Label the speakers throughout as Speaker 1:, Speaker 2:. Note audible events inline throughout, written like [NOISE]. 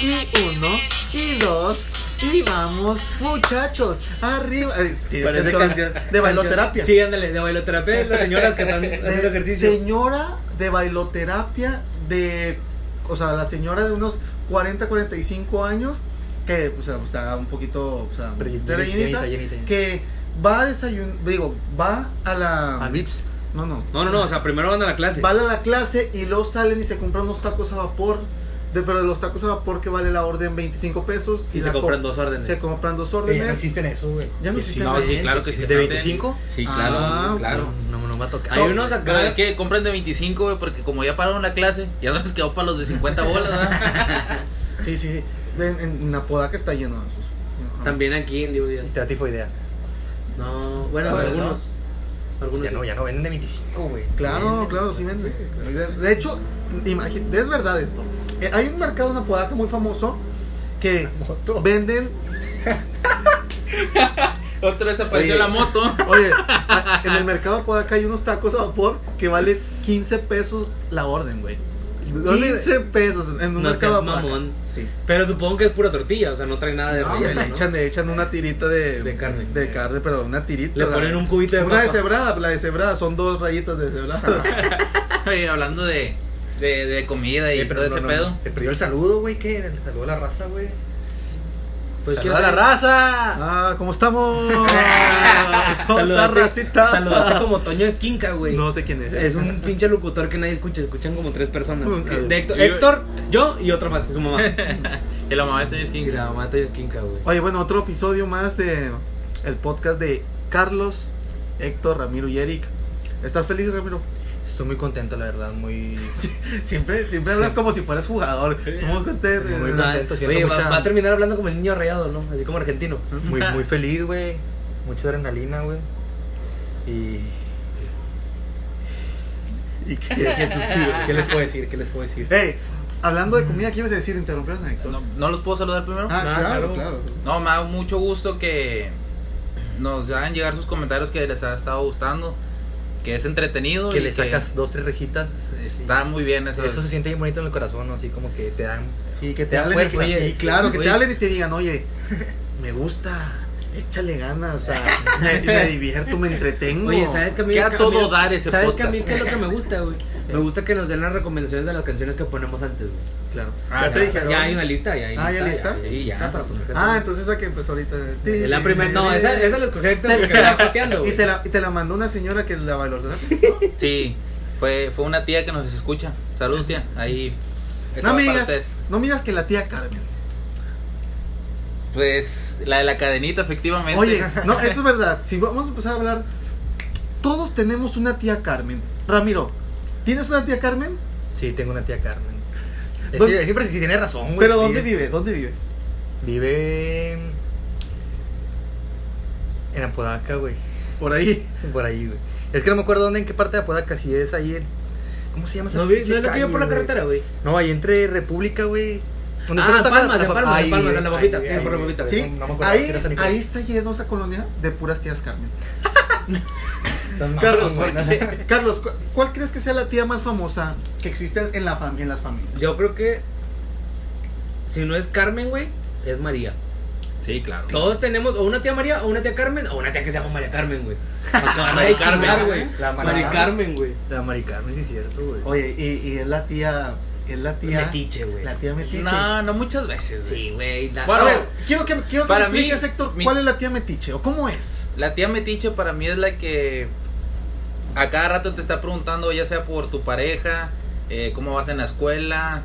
Speaker 1: y uno y dos y vamos, muchachos, arriba. Es que
Speaker 2: Parece
Speaker 1: canción
Speaker 2: canción.
Speaker 1: de bailoterapia.
Speaker 2: Sí, ándale, de bailoterapia. Las señoras que
Speaker 1: [LAUGHS]
Speaker 2: están
Speaker 1: De
Speaker 2: haciendo ejercicio.
Speaker 1: Señora de bailoterapia de o sea, la señora de unos 40, 45 años que o sea, está un poquito, o sea,
Speaker 2: Rellenita,
Speaker 1: rellenita,
Speaker 2: llenita, llenita.
Speaker 1: que va a desayunar, digo, va a la
Speaker 3: Al Vips.
Speaker 1: No, no.
Speaker 2: No, no, no, o sea, primero van a la clase.
Speaker 1: Van a la clase y luego salen y se compran unos tacos a vapor. De, pero los tacos a vapor que vale la orden 25 pesos
Speaker 2: Y se
Speaker 1: la co-
Speaker 2: compran dos órdenes.
Speaker 1: Se compran dos
Speaker 3: Oye, no
Speaker 1: órdenes.
Speaker 3: existen eso, güey.
Speaker 1: ya no
Speaker 4: Sí,
Speaker 1: existe
Speaker 4: sí,
Speaker 1: nada.
Speaker 4: no, sí, claro que sí.
Speaker 3: ¿De
Speaker 4: existen.
Speaker 3: 25?
Speaker 4: Sí, claro,
Speaker 1: Ah,
Speaker 4: claro.
Speaker 2: No, no me va a tocar.
Speaker 4: Hay
Speaker 2: Hay unos
Speaker 4: ¿Verdad
Speaker 2: acá.
Speaker 4: que compran de 25, güey? Porque como ya pararon la clase, ya nos quedó para los de 50 bolas, ¿verdad?
Speaker 1: Sí, sí. De- en, en Apodaca está lleno de esos. Ajá.
Speaker 2: También aquí en Diego Díaz.
Speaker 3: Te da tifoidea.
Speaker 2: No, bueno,
Speaker 3: Ah,
Speaker 2: algunos. Algunos.
Speaker 3: Ya no, ya no venden de 25, güey.
Speaker 1: Claro, claro, sí vende. De, de hecho, imagi- es verdad esto. Eh, hay un mercado en Apodaca muy famoso que
Speaker 3: Moto.
Speaker 1: venden.
Speaker 4: Otra vez apareció
Speaker 2: Oye.
Speaker 4: la moto. [LAUGHS]
Speaker 1: Oye, a- en el mercado de Apodaca hay unos tacos a vapor que vale 15 pesos la orden, güey. 15 pesos en un
Speaker 2: No
Speaker 1: mercado
Speaker 2: seas
Speaker 1: de Apodaca.
Speaker 2: mamón.
Speaker 1: Sí.
Speaker 2: Pero supongo que es pura tortilla, o sea, no trae nada de
Speaker 1: No, hombre,
Speaker 2: relleno,
Speaker 1: le
Speaker 2: ¿no?
Speaker 1: echan, le echan una tirita de,
Speaker 2: De carne.
Speaker 1: De carne, pero una tirita.
Speaker 2: Le
Speaker 1: la-
Speaker 2: ponen un cubito de
Speaker 1: Una
Speaker 2: papa.
Speaker 1: deshebrada, la deshebrada, son dos rayitas de deshebrada.
Speaker 4: Oye, hablando de, de, de comida y
Speaker 3: Eh, pero
Speaker 4: todo
Speaker 3: no,
Speaker 4: ese
Speaker 3: no,
Speaker 4: pedo.
Speaker 3: no. Te perdió el saludo, güey. ¿Qué? El saludo a la raza, güey.
Speaker 2: Pues
Speaker 3: ¡Saludo a la
Speaker 2: ¿quieres-
Speaker 3: raza!
Speaker 1: Ah, ¿cómo [LAUGHS] estamos? ¿Cómo está,
Speaker 2: Saludate-
Speaker 1: racita? [LAUGHS]
Speaker 2: saludate como Toño Esquinca, güey.
Speaker 1: No sé quién es.
Speaker 2: Es un pinche locutor que nadie escucha, escuchan como tres personas.
Speaker 1: Ok.
Speaker 2: Eh, De Héctor,
Speaker 4: Yo-
Speaker 2: Héctor, yo y otro más, su mamá.
Speaker 4: Y la mamá de
Speaker 2: Sí, la mamá de Toño Esquinca, güey.
Speaker 1: Oye, bueno, otro episodio más de el podcast de Carlos, Héctor, Ramiro y Eric. ¿Estás feliz, Ramiro?
Speaker 3: Estoy muy contento, la verdad. Muy.
Speaker 1: Siempre, siempre hablas como si fueras jugador. Muy contento.
Speaker 3: Muy
Speaker 2: Nah,
Speaker 3: contento, siento
Speaker 2: oye, va,
Speaker 3: mucha-
Speaker 2: va a terminar hablando como el niño rayado, ¿no? Así como argentino.
Speaker 3: Muy, muy feliz, güey. Mucha adrenalina, güey. Y.
Speaker 1: ¿Y qué?
Speaker 3: ¿Qué les puedo decir? ¿Qué les puedo decir?
Speaker 1: Ey, hablando de comida, ¿qué ibas a decir? Interrumpieron a Héctor.
Speaker 4: No, ¿no los puedo saludar primero?
Speaker 1: Ah,
Speaker 2: Ah,
Speaker 1: claro,
Speaker 2: claro.
Speaker 1: claro.
Speaker 4: No, me da mucho gusto que nos hagan llegar sus comentarios que les ha estado gustando, que es entretenido.
Speaker 3: Que
Speaker 4: [LAUGHS] y
Speaker 3: le sacas dos, tres risitas.
Speaker 4: Está muy bien eso.
Speaker 3: Eso, se siente bien bonito en el corazón, ¿no? Así como que te dan.
Speaker 1: Sí, que te
Speaker 3: Ya
Speaker 1: hablen.
Speaker 3: fue,
Speaker 1: así,
Speaker 3: oye,
Speaker 1: sí, claro, que te
Speaker 3: oye.
Speaker 1: hablen y te digan, oye,
Speaker 2: [LAUGHS]
Speaker 1: me gusta, échale ganas, o sea,
Speaker 2: [LAUGHS]
Speaker 1: me, me divierto, me entretengo.
Speaker 2: Oye, ¿sabes que a mí
Speaker 4: Que a
Speaker 2: a mí-
Speaker 4: todo dar ese
Speaker 2: ¿Sabes que a mí
Speaker 4: podcast?
Speaker 2: qué es lo que me gusta, [LAUGHS] güey? Me gusta que nos den las recomendaciones de las canciones que ponemos antes, güey.
Speaker 1: Claro.
Speaker 4: Ah,
Speaker 1: ya te
Speaker 4: ya,
Speaker 1: dije.
Speaker 2: Ya hay una lista, ya hay
Speaker 1: Ah, ¿ya lista?
Speaker 2: Sí, ya.
Speaker 4: Ah,
Speaker 2: para poner
Speaker 1: Ah,
Speaker 2: canciones.
Speaker 1: entonces esa que empezó ahorita.
Speaker 2: La primera, no, esa, esa la escogí Héctor porque me estaba pateando,
Speaker 1: Y
Speaker 2: güey.
Speaker 1: te, la, y te la mandó una señora que la valoró.
Speaker 2: [LAUGHS]
Speaker 4: Sí, fue, fue una tía que nos escucha. Saludos, tía. Ahí. esto
Speaker 1: No
Speaker 4: va
Speaker 1: me
Speaker 4: para
Speaker 1: digas,
Speaker 4: usted.
Speaker 1: no me digas que la tía Carmen.
Speaker 4: Pues la de la cadenita, efectivamente.
Speaker 1: Oye,
Speaker 2: [LAUGHS]
Speaker 1: no, esto es verdad. Si vamos a empezar a hablar, todos tenemos una tía Carmen. Ramiro, ¿tienes una tía Carmen?
Speaker 3: Sí, tengo una tía Carmen. Es-
Speaker 1: ¿Dónde-
Speaker 3: siempre si tiene razón, güey.
Speaker 1: Pero
Speaker 3: Sí,
Speaker 1: ¿dónde vive? ¿Dónde vive?
Speaker 3: Vive. en- En Apodaca, güey.
Speaker 1: Por ahí.
Speaker 3: Por ahí, güey. Es que no me acuerdo dónde, en qué parte de Apodaca, si es ahí en. ¿Cómo se llama esa
Speaker 2: No, vi-
Speaker 3: pinche
Speaker 2: no es lo que yo
Speaker 3: calle,
Speaker 2: por la
Speaker 3: güey?
Speaker 2: carretera, güey.
Speaker 3: No, ahí entre República, güey. ¿Dónde
Speaker 2: Ah,
Speaker 3: está la
Speaker 2: en
Speaker 3: estaca-
Speaker 2: Palmas, en
Speaker 3: la-
Speaker 2: Palmas, en
Speaker 3: ahí,
Speaker 2: Palmas, en la
Speaker 3: ahí,
Speaker 2: bajita,
Speaker 3: ahí,
Speaker 2: en la
Speaker 3: ahí.
Speaker 2: bajita, güey.
Speaker 1: Sí,
Speaker 3: No, no me acuerdo si
Speaker 1: ahí,
Speaker 3: era San Nicolás.
Speaker 1: ahí está llena esa colonia de puras tías Carmen.
Speaker 3: Tan mamón,
Speaker 1: Carlos,
Speaker 3: güey.
Speaker 1: [LAUGHS] Carlos, ¿cu- ¿cuál crees que sea la tía más famosa que existe en, la fam- en las familias?
Speaker 2: Yo creo que si no es Carmen, güey, es María.
Speaker 4: Sí, claro.
Speaker 2: Todos tenemos o una tía María, o una tía Carmen, o una tía que se llama María Carmen, güey. Acabará de
Speaker 4: Mari Carmen.
Speaker 2: chingar, güey.
Speaker 3: La Mari
Speaker 2: Mari Carmen, güey.
Speaker 3: La Mari Carmen, sí es cierto, güey.
Speaker 1: Oye, y, y es la tía. Es la tía.
Speaker 2: Metiche, güey.
Speaker 1: La tía Metiche.
Speaker 4: No, no muchas veces. güey.
Speaker 2: Sí, güey. la-
Speaker 4: Bueno,
Speaker 1: a ver, quiero que, quiero que
Speaker 4: para
Speaker 1: me expliques,
Speaker 4: mí,
Speaker 1: Héctor,
Speaker 4: mi-
Speaker 1: ¿cuál es la tía Metiche o cómo es?
Speaker 4: La tía Metiche para mí es la que a cada rato te está preguntando, ya sea por tu pareja, eh, cómo vas en la escuela,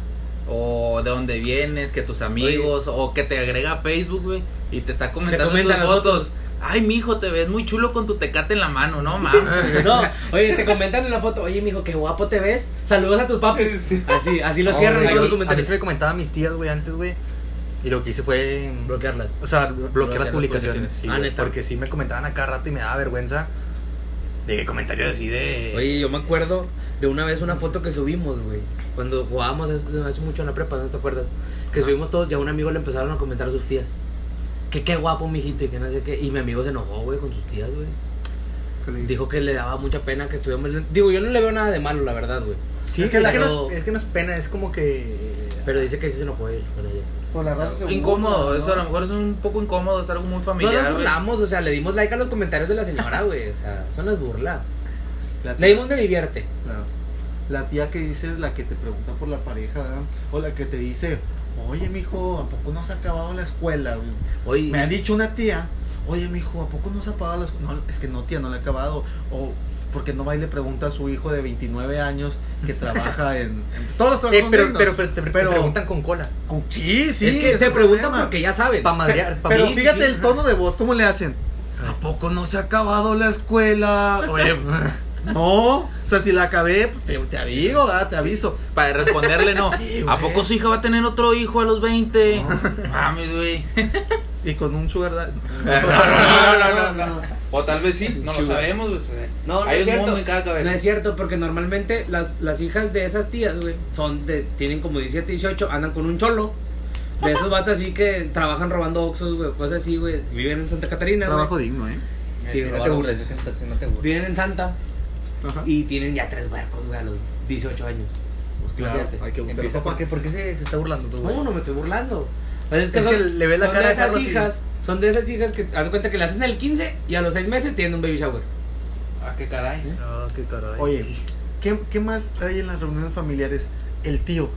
Speaker 4: o de dónde vienes, que tus amigos, o que te agrega a Facebook, güey, y te está comentando
Speaker 2: comenta
Speaker 4: tus
Speaker 2: las
Speaker 4: fotos. Ay, mijo, te ves muy chulo con tu tecate en la mano,
Speaker 2: [LAUGHS]
Speaker 4: no mames.
Speaker 2: No, oye, te comentan en la foto, oye, mijo, qué guapo te ves. Saludos a tus papis. Así, así lo
Speaker 3: No,
Speaker 2: cierran
Speaker 3: güey,
Speaker 2: ahí los
Speaker 3: yo- A mí
Speaker 2: comentarios.
Speaker 3: se le comentaba a mis tías, güey, antes, güey. Y lo que hice fue.
Speaker 2: Bloquearlas.
Speaker 3: O sea, blo- bloquear las
Speaker 4: las
Speaker 3: publicaciones.
Speaker 4: publicaciones.
Speaker 3: sí,
Speaker 2: Ah,
Speaker 3: güey,
Speaker 2: ¿neta?
Speaker 3: Porque sí me comentaban acá rato y me daba vergüenza de comentarios así de.
Speaker 2: Oye, yo me acuerdo de una vez una foto que subimos, güey. Cuando jugábamos hace, hace mucho en la prepa, ¿no te acuerdas? Que subimos todos y a un amigo le empezaron a comentar a sus tías. Que qué guapo, mijito, y que no sé qué. Y mi amigo se enojó, güey, con sus tías, güey. Dijo que le daba mucha pena que estuviéramos... Digo, yo no le veo nada de malo, la verdad, güey.
Speaker 3: Sí,
Speaker 1: Es
Speaker 3: es
Speaker 1: que
Speaker 3: que,
Speaker 1: la-
Speaker 3: no es
Speaker 2: no-
Speaker 3: es que no es pena, es como que.
Speaker 2: Pero dice que sí se enojó él con ellas.
Speaker 1: Por la raza se
Speaker 4: Incómodo,
Speaker 1: burla,
Speaker 4: eso
Speaker 1: ¿no?
Speaker 4: a lo mejor es un poco incómodo, es algo muy
Speaker 2: No
Speaker 4: familiar,
Speaker 2: nos
Speaker 4: güey.
Speaker 2: burlamos, o sea, le dimos like a los comentarios de la señora, güey. O sea, eso no es burla.
Speaker 1: La
Speaker 2: Le
Speaker 1: tía,
Speaker 2: dimos me divierte.
Speaker 1: claro. la tía que dice es la que te pregunta por la pareja, ¿verdad? O la que te dice, oye, mijo, ¿a poco no se ha acabado la escuela, güey?
Speaker 2: Hoy,
Speaker 1: Me ha dicho una tía, oye, mijo, ¿a poco no se ha acabado la escuela? No, es que no, tía, no la ha acabado. O porque no va y le pregunta a su hijo de 29 años
Speaker 3: [LAUGHS]
Speaker 1: que trabaja en, en- todos los trabajos.
Speaker 3: Eh,
Speaker 1: son
Speaker 3: pero,
Speaker 1: dignos,
Speaker 3: pero, pero te te
Speaker 1: pero-
Speaker 3: preguntan con cola.
Speaker 1: con- sí, sí.
Speaker 2: es que
Speaker 1: es
Speaker 2: se
Speaker 1: un
Speaker 2: preguntan
Speaker 1: problema.
Speaker 2: porque ya saben.
Speaker 3: Para madrear. pa'
Speaker 1: Pero
Speaker 3: sí,
Speaker 1: fíjate
Speaker 3: sí,
Speaker 1: el
Speaker 3: ajá.
Speaker 1: tono de voz, ¿cómo le hacen? ¿A poco no se ha acabado la escuela? Oye, [LAUGHS] no. O sea, si la acabé, pues, te, te digo, ¿verdad? te aviso.
Speaker 4: Para responderle, no.
Speaker 1: Sí,
Speaker 4: ¿A
Speaker 1: güey.
Speaker 4: poco su hija va a tener otro hijo a los 20? Mames, güey.
Speaker 1: Y con un sugar daddy.
Speaker 2: [LAUGHS]
Speaker 3: [LAUGHS]
Speaker 2: no, no, no, no.
Speaker 4: O tal vez sí, no lo sabemos, güey.
Speaker 2: No, no
Speaker 4: Hay
Speaker 2: es
Speaker 4: un
Speaker 2: cierto.
Speaker 4: mundo en cada cabeza.
Speaker 2: No es cierto, porque normalmente las, las hijas de esas tías, güey, son de, tienen como 17, 18, andan con un cholo. De esos vatos así que trabajan robando oxos, güey, cosas así, güey. Viven en Santa Catarina,
Speaker 1: [LAUGHS]
Speaker 2: güey.
Speaker 1: Trabajo digno, ¿eh?
Speaker 2: Sí,
Speaker 3: no te
Speaker 2: robaron.
Speaker 3: burles, si no te burles.
Speaker 2: Viven en Santa
Speaker 1: Ajá.
Speaker 2: y tienen ya tres barcos, güey, a los 18 años.
Speaker 1: Pues claro,
Speaker 2: Fíjate.
Speaker 1: hay que buscar
Speaker 3: Empieza, ¿por qué, ¿Por qué se, se está burlando tú, güey?
Speaker 2: No, no me estoy burlando. Pues es que,
Speaker 3: Es
Speaker 2: son,
Speaker 3: que le ves la
Speaker 2: son
Speaker 3: cara
Speaker 2: de
Speaker 3: a
Speaker 2: esas
Speaker 3: Carlos y-
Speaker 2: hijas, son de esas hijas que haz de cuenta que le hacen el 15 y a los 6 meses tienen un baby shower.
Speaker 4: Ah, qué caray.
Speaker 3: Ah, qué caray.
Speaker 1: Oye, ¿qué, qué más hay en las reuniones familiares? El tío.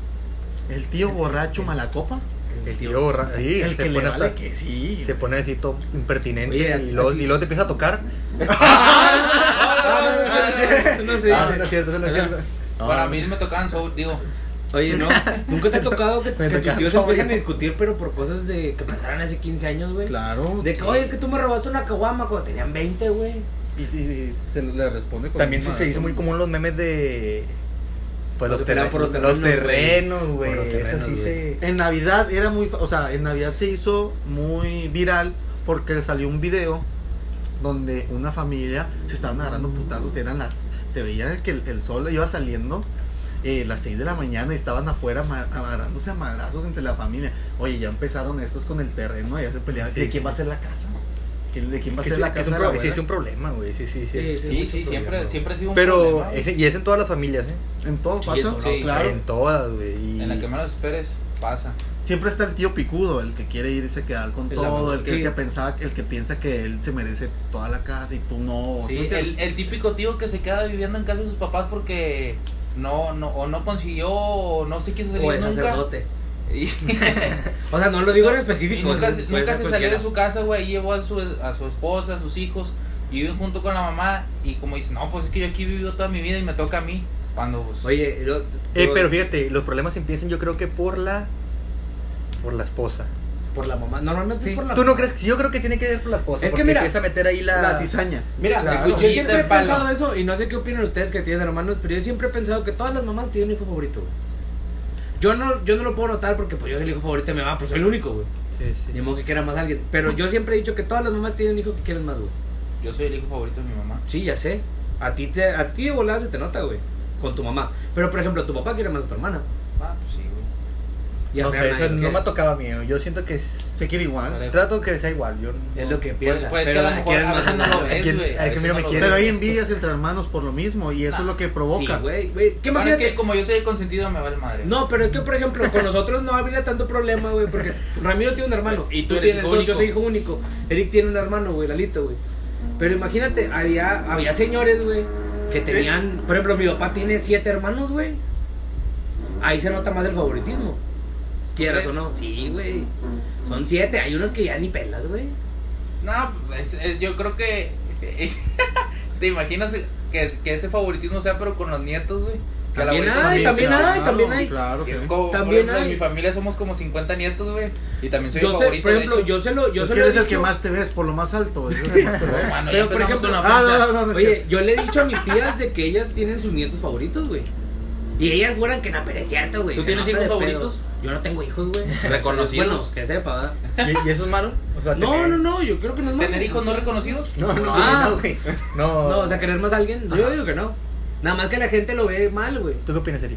Speaker 1: El tío borracho malacopa.
Speaker 3: El tío borra. Sí,
Speaker 1: el
Speaker 3: se
Speaker 1: que le
Speaker 3: pone
Speaker 1: vale
Speaker 3: hasta-
Speaker 1: que sí.
Speaker 3: Se pone así todo impertinente
Speaker 2: Oye,
Speaker 3: y, luego, y luego te empieza a tocar.
Speaker 2: Eso no se
Speaker 3: Ah,
Speaker 2: dice.
Speaker 3: no es cierto, eso no es cierto.
Speaker 4: Para mí me tocaban soul, digo.
Speaker 2: Oye, no, nunca te ha tocado que,
Speaker 1: Me
Speaker 2: que tus
Speaker 1: toca-
Speaker 2: tíos se empiecen a
Speaker 1: Oye.
Speaker 2: discutir, pero por cosas de que pasaron hace 15 años, güey.
Speaker 1: Claro.
Speaker 2: De que, oye, es que tú me robaste una caguama cuando tenían 20, güey.
Speaker 1: Y si se le responde con
Speaker 3: También
Speaker 1: un
Speaker 3: sí se hizo muy
Speaker 1: madrazo.
Speaker 3: común los memes de. Pues
Speaker 2: Los
Speaker 3: los,
Speaker 2: que eran
Speaker 3: terrenos,
Speaker 2: por los
Speaker 3: los
Speaker 2: terrenos,
Speaker 3: terrenos,
Speaker 2: güey.
Speaker 3: güey.
Speaker 2: Por los
Speaker 3: Eso
Speaker 2: terrenos,
Speaker 3: sí
Speaker 2: güey.
Speaker 3: se.
Speaker 1: En Navidad era muy, fa- o sea, en Navidad se hizo muy viral porque salió un video donde una familia se estaban agarrando putazos, eran las, se veía que el, el sol iba saliendo eh, las 6 de la mañana y estaban afuera ma- agarrándose a madrazos entre la familia. Oye, ya empezaron estos con el terreno, ya se peleaban.
Speaker 3: Sí,
Speaker 1: ¿De
Speaker 3: sí.
Speaker 1: quién va a ser la casa? ¿Quién- ¿De quién va a
Speaker 3: que
Speaker 1: ser
Speaker 3: sí-
Speaker 1: la
Speaker 3: que es
Speaker 1: casa?
Speaker 3: un
Speaker 1: de la
Speaker 3: pro- sí es
Speaker 1: abuela?
Speaker 3: un problema, güey. Sí, sí,
Speaker 2: Sí,
Speaker 3: sí.
Speaker 4: Sí,
Speaker 2: mucho
Speaker 4: sí, siempre,
Speaker 2: problema.
Speaker 4: siempre ha sido un
Speaker 3: Pero,
Speaker 4: problema, güey.
Speaker 3: ese, y es en todas las familias, ¿eh?
Speaker 1: En todo
Speaker 2: Sí,
Speaker 1: pasa,
Speaker 2: en
Speaker 4: todo,
Speaker 1: claro.
Speaker 3: En todas, güey. y-
Speaker 4: En la que menos esperes, pasa.
Speaker 1: Siempre está el tío picudo, el que quiere irse a quedar con
Speaker 2: El
Speaker 1: todo, el que, el
Speaker 2: sí.
Speaker 1: que pensaba, el que piensa que él se merece toda la casa y tú no. ¿sí me
Speaker 4: Sí,
Speaker 1: entiendes?
Speaker 4: el, el típico tío que se queda viviendo en casa de sus papás porque no, no, o no consiguió, o no se quiso salir
Speaker 2: O de
Speaker 4: nunca.
Speaker 2: sacerdote.
Speaker 4: Y,
Speaker 2: O sea, no lo digo en
Speaker 4: y
Speaker 2: específico.
Speaker 4: nunca,
Speaker 2: o sea,
Speaker 4: se-
Speaker 2: puede
Speaker 4: nunca
Speaker 2: ser
Speaker 4: se salió
Speaker 2: cualquiera.
Speaker 4: de su casa, güey, y llevó a su, a su esposa, a sus hijos, y viven junto con la mamá, y como dice, no, pues es que yo aquí he vivido toda mi vida y me toca a mí, cuando, pues,
Speaker 2: Oye, yo-
Speaker 3: Eh,
Speaker 2: yo-
Speaker 3: pero fíjate, los problemas empiezan yo creo que por la por la esposa.
Speaker 2: Por la mamá. Normalmente es
Speaker 1: Sí,
Speaker 2: por la
Speaker 3: ¿Tú no
Speaker 2: mamá.
Speaker 3: crees que yo creo que tiene que ver por la esposa?
Speaker 2: Es que
Speaker 3: porque
Speaker 2: mira,
Speaker 3: empieza a meter ahí la,
Speaker 1: La cizaña.
Speaker 2: Mira,
Speaker 1: Claro.
Speaker 2: yo siempre
Speaker 4: Cuchillita
Speaker 2: he
Speaker 4: en palo.
Speaker 2: pensado eso y no sé qué opinan ustedes que tienen hermanos, pero yo siempre he pensado que todas las mamás tienen un hijo favorito, güey. Yo no, yo no lo puedo notar porque pues yo soy el hijo favorito de mi mamá, pues soy el único, güey. Ni modo que quiera más a alguien. Pero yo siempre he dicho que todas las mamás tienen un hijo que quieren más, güey.
Speaker 4: yo soy el hijo favorito de mi mamá.
Speaker 2: Sí, ya sé. A ti, te, a ti de volada se te nota, güey. Con tu mamá. Pero, por ejemplo, tu papá quiere más a tu hermana.
Speaker 4: Ah, pues sí, güey.
Speaker 2: Y a
Speaker 3: No,
Speaker 2: Fernanda
Speaker 3: sé, eso
Speaker 2: lo
Speaker 3: no
Speaker 2: quiere.
Speaker 3: me ha tocado a mí. ¿eh? Yo siento que es-
Speaker 1: Se quiere igual.
Speaker 4: Vale.
Speaker 3: trato que sea igual. Yo no-
Speaker 2: Es lo que
Speaker 4: Pues,
Speaker 2: piensa.
Speaker 4: pues,
Speaker 2: pero
Speaker 4: que a lo
Speaker 2: la
Speaker 4: mejor
Speaker 2: quieren más
Speaker 4: a
Speaker 2: a
Speaker 4: veces
Speaker 2: tu
Speaker 4: no lo
Speaker 2: mamá.
Speaker 3: ¿A
Speaker 4: ves,
Speaker 3: quién-
Speaker 4: güey.
Speaker 3: a quién
Speaker 4: veces
Speaker 3: mira
Speaker 4: no
Speaker 3: me
Speaker 4: lo
Speaker 3: quiere?
Speaker 1: Pero
Speaker 4: ves.
Speaker 1: hay envidias entre hermanos por lo mismo y eso es lo que
Speaker 2: Sí,
Speaker 1: provoca.
Speaker 2: güey, güey. Es que
Speaker 4: Bueno, es
Speaker 2: imagínate.
Speaker 4: que como yo soy el consentido, me vale madre.
Speaker 2: No, pero es que, por ejemplo, con nosotros no habría tanto problema, güey, porque Ramiro tiene un hermano.
Speaker 4: Y tú eres
Speaker 2: tienes
Speaker 4: hijo
Speaker 2: dos, Yo
Speaker 4: único.
Speaker 2: soy hijo único. Eric tiene un hermano, güey, Lalito, güey. Pero imagínate, había, había señores, güey, que tenían... Por ejemplo, mi papá tiene siete hermanos, güey. Ahí se nota más el favoritismo. Quieras o
Speaker 4: crees?
Speaker 2: no. Sí, güey. Son siete. Hay unos que ya ni pelas, güey.
Speaker 4: No, pues, es- es- yo creo que. es- [LAUGHS] ¿Te imaginas que, que ese favoritismo sea, pero con los nietos, güey? Que a la
Speaker 2: También
Speaker 4: vuelta-
Speaker 2: hay, también hay,
Speaker 1: claro,
Speaker 2: también hay.
Speaker 1: Claro que
Speaker 4: Que
Speaker 1: hay.
Speaker 4: como- por
Speaker 2: También
Speaker 4: ejemplo,
Speaker 2: hay.
Speaker 4: En mi familia somos como 50 nietos, güey. Y también soy
Speaker 2: Yo
Speaker 4: el
Speaker 2: sé,
Speaker 4: favorito.
Speaker 2: por
Speaker 4: de
Speaker 2: ejemplo,
Speaker 4: hecho.
Speaker 2: yo se lo... Yo
Speaker 1: Pues Es
Speaker 2: se
Speaker 1: que
Speaker 2: lo he
Speaker 1: eres el que
Speaker 2: dicho-
Speaker 1: más te ves por lo más alto. es el que
Speaker 2: [LAUGHS]
Speaker 1: más te
Speaker 4: No,
Speaker 1: ves.
Speaker 4: mano,
Speaker 2: Pero,
Speaker 4: ya
Speaker 2: por
Speaker 4: empezamos
Speaker 2: ejemplo-
Speaker 4: con la
Speaker 1: Ah,
Speaker 4: ofensa.
Speaker 1: no, no, no, no es
Speaker 2: Oye,
Speaker 1: cierto.
Speaker 2: yo le he dicho a mis tías de que ellas tienen sus nietos favoritos, güey. Y ellas juran que no, pero es cierto, güey.
Speaker 4: ¿Tú
Speaker 2: Se
Speaker 4: tienes
Speaker 2: nota
Speaker 4: hijos
Speaker 2: de
Speaker 4: favoritos?
Speaker 2: pedo. Yo no tengo hijos, güey.
Speaker 4: Reconocidos.
Speaker 2: Bueno, que sepa, ¿verdad?
Speaker 3: ¿Y, y eso es malo? O sea,
Speaker 2: No,
Speaker 3: tener-
Speaker 2: no, no, yo creo que no es malo.
Speaker 4: ¿Tener hijos no reconocidos?
Speaker 3: No, no,
Speaker 2: Ah.
Speaker 3: no, güey. No.
Speaker 2: No, o sea, querer más a alguien, yo
Speaker 3: Ajá.
Speaker 2: digo que no. Nada más que la gente lo ve mal, güey.
Speaker 3: ¿Tú qué opinas, Eric?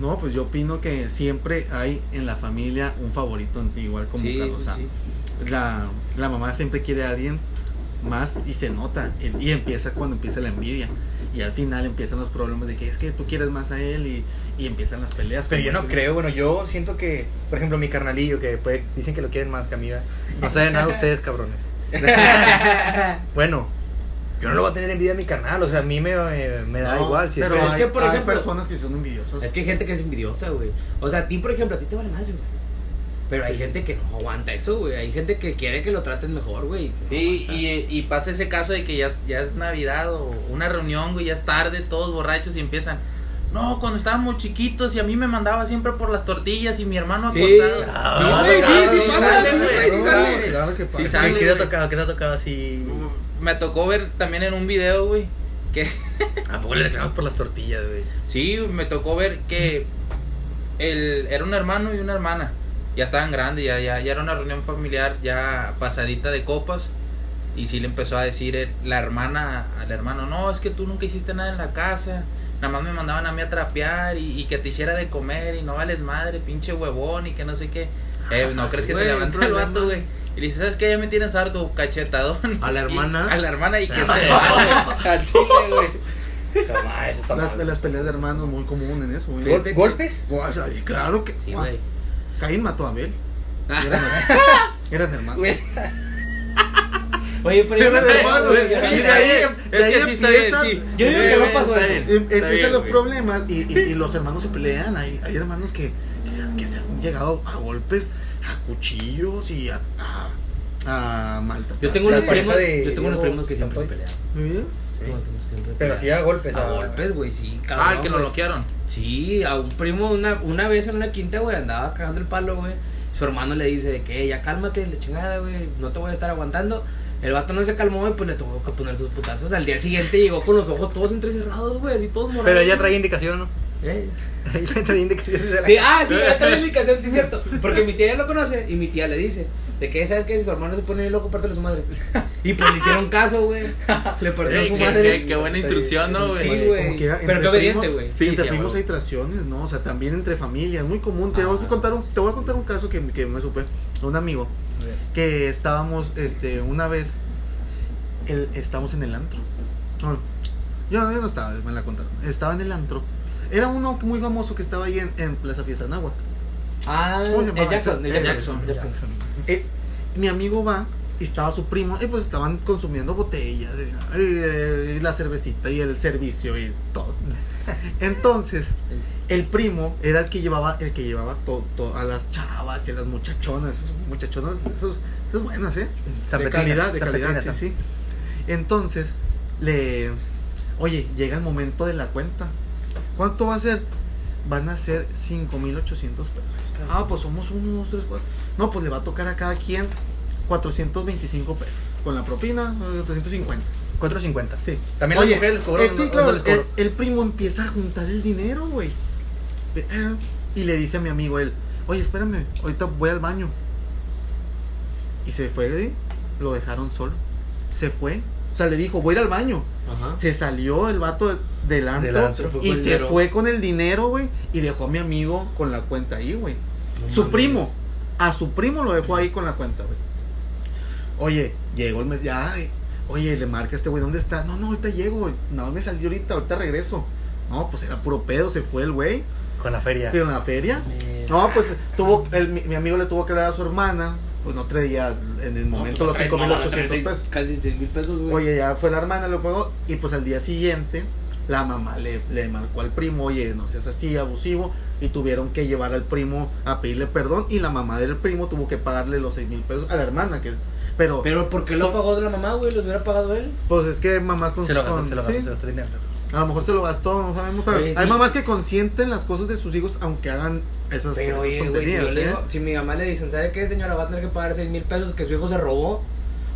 Speaker 1: No, pues yo opino que siempre hay en la familia un favorito en ti, igual como
Speaker 2: Sí,
Speaker 1: Carlos.
Speaker 2: sí,
Speaker 1: o sea,
Speaker 2: sí. [LAUGHS]
Speaker 1: La, la mamá siempre quiere a alguien más y se nota. Y y empieza cuando empieza la envidia. Y al final empiezan los problemas de que es que tú quieres más a él y, y empiezan las peleas.
Speaker 3: Pero
Speaker 1: como
Speaker 3: yo no
Speaker 1: ese-
Speaker 3: creo, bueno, yo siento que, por ejemplo, mi carnalillo, que puede- dicen que lo quieren más que a mí, ¿verdad? no sé de nada ustedes, [LAUGHS] cabrones. bueno, yo no lo voy a tener envidia a mi carnal, o sea, a mí me, me- me da
Speaker 2: No,
Speaker 3: igual. Si
Speaker 1: pero
Speaker 3: es que-
Speaker 1: es que, por ejemplo, personas que son envidiosas.
Speaker 2: Es que hay gente que es envidiosa, güey. O sea, a ti, por ejemplo, a ti te vale madre, güey. Pero hay gente que no aguanta eso, güey. Hay gente que quiere que lo traten mejor, güey. que no
Speaker 4: Sí,
Speaker 2: aguanta.
Speaker 4: y, y pasa ese caso de que ya, es- ya es Navidad o una reunión, güey, ya es tarde, todos borrachos y empiezan. No, cuando estábamos chiquitos y a mí me mandaba siempre por las tortillas y mi hermano
Speaker 2: Sí.
Speaker 4: acostado.
Speaker 2: Ah,
Speaker 4: Sí,
Speaker 2: no,
Speaker 4: güey,
Speaker 2: no,
Speaker 4: sí,
Speaker 2: no,
Speaker 4: sí
Speaker 2: no,
Speaker 4: pasa,
Speaker 2: sale,
Speaker 4: sí,
Speaker 2: güey,
Speaker 4: güey,
Speaker 2: sí
Speaker 4: sí
Speaker 2: sale.
Speaker 4: sale.
Speaker 1: Claro que pasa.
Speaker 4: Sí,
Speaker 3: ¿Qué-
Speaker 4: sale,
Speaker 3: ¿Qué te ha
Speaker 4: güey.
Speaker 3: tocado? ¿Qué te ha tocado así?
Speaker 4: Me tocó ver también en un video, güey, que
Speaker 3: ¿A poco le reclamamos por las tortillas, [LAUGHS] güey?
Speaker 4: Sí, me tocó ver que el, era un hermano y una hermana. Ya estaban grandes, ya, ya, ya era una reunión familiar, ya pasadita de copas. Y sí le empezó a decir el- la hermana al hermano, no, es que tú nunca hiciste nada en la casa. Nada más me mandaban a mí a trapear y, y que te hiciera de comer y no vales madre, pinche huevón y que no sé qué. Eh, no crees que se
Speaker 2: Ah, Güey,
Speaker 4: levantó el
Speaker 2: problema.
Speaker 4: vato, güey. Y le dice, ¿sabes qué? Ya me tienes harto, cachetadón.
Speaker 2: ¿A la
Speaker 4: [LAUGHS] Y-
Speaker 2: hermana? Ah,
Speaker 4: a la hermana y que se vaya al chile, güey.
Speaker 3: Jamás, eso está
Speaker 1: Las,
Speaker 3: mal.
Speaker 1: de las peleas de hermanos muy común en eso. güey.
Speaker 2: Fíjate que-
Speaker 3: ¿Golpes?
Speaker 1: O sea, y claro que.
Speaker 2: Sí,
Speaker 1: Juan,
Speaker 2: güey.
Speaker 1: Caín mató a Abel. Eran, eran hermanos.
Speaker 4: Güey.
Speaker 2: Oye, pero yo
Speaker 1: Eran
Speaker 2: no
Speaker 1: [LAUGHS]
Speaker 2: sé,
Speaker 1: hermanos.
Speaker 2: güey.
Speaker 1: Sí, de
Speaker 4: está
Speaker 1: ahí, em,
Speaker 4: bien.
Speaker 1: de
Speaker 4: Es
Speaker 1: ahí
Speaker 4: que sí está bien,
Speaker 1: empiezan.
Speaker 4: sí.
Speaker 2: Yo digo que no pasó
Speaker 4: Está
Speaker 2: eso.
Speaker 4: bien.
Speaker 1: Em- empiezan
Speaker 4: Está bien,
Speaker 1: los
Speaker 4: güey.
Speaker 1: problemas y, y- y los hermanos se pelean. Hay, hay hermanos que, que, se, han- que se han llegado a golpes, a cuchillos y a, a, a maltratar.
Speaker 2: Yo tengo
Speaker 3: La
Speaker 2: unos
Speaker 3: pareja
Speaker 2: primos,
Speaker 3: de
Speaker 2: yo tengo unos
Speaker 3: Diego
Speaker 2: primos que siempre se
Speaker 3: Santoy.
Speaker 2: pelean.
Speaker 1: ¿Sí?
Speaker 2: Tengo unos primos que siempre se
Speaker 3: Pero
Speaker 2: pelean.
Speaker 3: sí a golpes.
Speaker 2: A golpes, güey, sí, cabrón.
Speaker 4: [LAUGHS] Ah, el que lo
Speaker 2: güey.
Speaker 4: bloquearon.
Speaker 2: Sí, a un primo una, una vez en una quinta, güey, andaba cagando el palo, güey. Su hermano le dice de que ya cálmate, la chingada, güey, no te voy a estar aguantando. El vato no se calmó, güey, pues le tuvo que poner sus putazos. Al día siguiente llegó con los ojos todos entrecerrados, güey, así todos morados.
Speaker 3: Pero ella traía indicación, ¿no? [LAUGHS]
Speaker 2: ¿Eh?
Speaker 3: Ella traía indicación de la...
Speaker 2: Sí, ah, sí, ya
Speaker 4: [LAUGHS]
Speaker 2: traía la indicación, sí es cierto. Porque mi tía ya lo conoce y mi tía le dice de que, ¿sabes qué? Si su hermano se pone loco, pártele su madre. Y pues le hicieron caso, güey. Le partieron
Speaker 4: Ey,
Speaker 2: su
Speaker 4: qué-
Speaker 2: madé.
Speaker 4: qué- qué buena instrucción, ¿no, güey?
Speaker 2: Sí,
Speaker 1: Como
Speaker 2: güey.
Speaker 1: quiera,
Speaker 2: Pero qué
Speaker 1: entre
Speaker 2: obediente,
Speaker 1: primos-
Speaker 2: güey.
Speaker 4: Sí,
Speaker 1: entre
Speaker 4: sí, a
Speaker 1: primos
Speaker 4: huevo.
Speaker 1: hay traiciones, ¿no? O sea, también entre familias, muy común. Te,
Speaker 2: Ah.
Speaker 1: voy, a contar un, te voy a contar un caso que, que me supe. Un amigo que estábamos este, una vez, el, estábamos en el antro. No, yo, no- yo no estaba, me la contaron. Estaba en el antro. Era uno muy famoso que estaba ahí en, en Plaza Fiesta Náhuac.
Speaker 2: Ah,
Speaker 1: ¿Cómo se
Speaker 2: el
Speaker 1: llamaba?
Speaker 2: Jackson, el
Speaker 1: El
Speaker 2: Jackson.
Speaker 1: Jackson,
Speaker 2: el Jackson.
Speaker 1: Eh, mi amigo va y estaba su primo y pues estaban consumiendo botellas eh, eh, y la cervecita y el servicio y
Speaker 2: [LAUGHS]
Speaker 1: todo entonces el primo era el que llevaba el que llevaba todo, a las chavas y a las muchachonas esos muchachonas esos, esos buenos eh de
Speaker 3: Zapetinas,
Speaker 1: calidad de
Speaker 3: zapetinas,
Speaker 1: calidad sí
Speaker 3: zap-
Speaker 1: sí entonces le oye llega el momento de la cuenta cuánto va a ser van a ser 5800 pesos Ah, pues somos uno, dos, tres, cuatro. No, pues le va a tocar a cada quien 425 pesos. Con la propina, eh, 350.
Speaker 3: 4.50.
Speaker 1: Sí.
Speaker 3: También las mujeres les cobran,
Speaker 1: eh, sí,
Speaker 3: ¿no?
Speaker 1: claro,
Speaker 3: ¿No les cobran?
Speaker 1: el, el primo empieza a juntar el dinero, güey. De- ah, Y le dice a mi amigo él, oye, espérame, ahorita voy al baño. Y se fue, güey, lo dejaron solo. Se fue. O sea, le dijo, voy a ir al baño.
Speaker 2: Ajá.
Speaker 1: Se salió el vato del antro,
Speaker 3: Del
Speaker 2: Se
Speaker 3: antro.
Speaker 2: fue
Speaker 1: y
Speaker 2: con el
Speaker 1: se
Speaker 2: dinero.
Speaker 1: fue con el dinero, güey. Y dejó a mi amigo con la cuenta ahí, güey.
Speaker 2: No
Speaker 1: Su
Speaker 2: mames.
Speaker 1: primo, a su primo lo dejó ahí con la cuenta, güey. Oye, llegó el mes, ya, eh, oye, le marca a este güey, ¿dónde está? No, no, ahorita llego, güey. no, me salió ahorita, ahorita regreso. No, pues era puro pedo, se fue el güey,
Speaker 3: Con la feria.
Speaker 1: pero en la feria.
Speaker 2: Eh,
Speaker 1: No, pues tuvo, el- mi, mi amigo le tuvo que hablar a su hermana, pues no traía en el
Speaker 2: pues,
Speaker 1: momento los 5,800 pesos.
Speaker 2: Casi 6 mil pesos, güey.
Speaker 1: Oye, ya fue la hermana, lo pagó. Y pues al día siguiente, la mamá le, le marcó al primo, oye, no seas así, abusivo. Y tuvieron que llevar al primo a pedirle perdón. Y la mamá del primo tuvo que pagarle los seis mil pesos a la hermana. Que, pero,
Speaker 2: Pero ¿por qué lo
Speaker 1: Son-
Speaker 2: pagó de la mamá, güey? ¿Los hubiera pagado él?
Speaker 1: pues es que mamás con.
Speaker 3: Se lo gastó,
Speaker 1: con-
Speaker 3: se lo gastó,
Speaker 1: sí,
Speaker 3: se gastó el dinero.
Speaker 1: A lo mejor se lo gastó, no sabemos. Pero
Speaker 2: Oye, sí.
Speaker 1: hay mamás que consienten las cosas de sus hijos, aunque hagan esas,
Speaker 2: Pero
Speaker 1: esas
Speaker 2: oye, güey, si,
Speaker 1: tonterías.
Speaker 2: yo le
Speaker 1: ¿eh?
Speaker 2: digo- si mi mamá le dicen, ¿sabe qué, señora? Va a tener que pagar 6 mil pesos que su hijo se robó.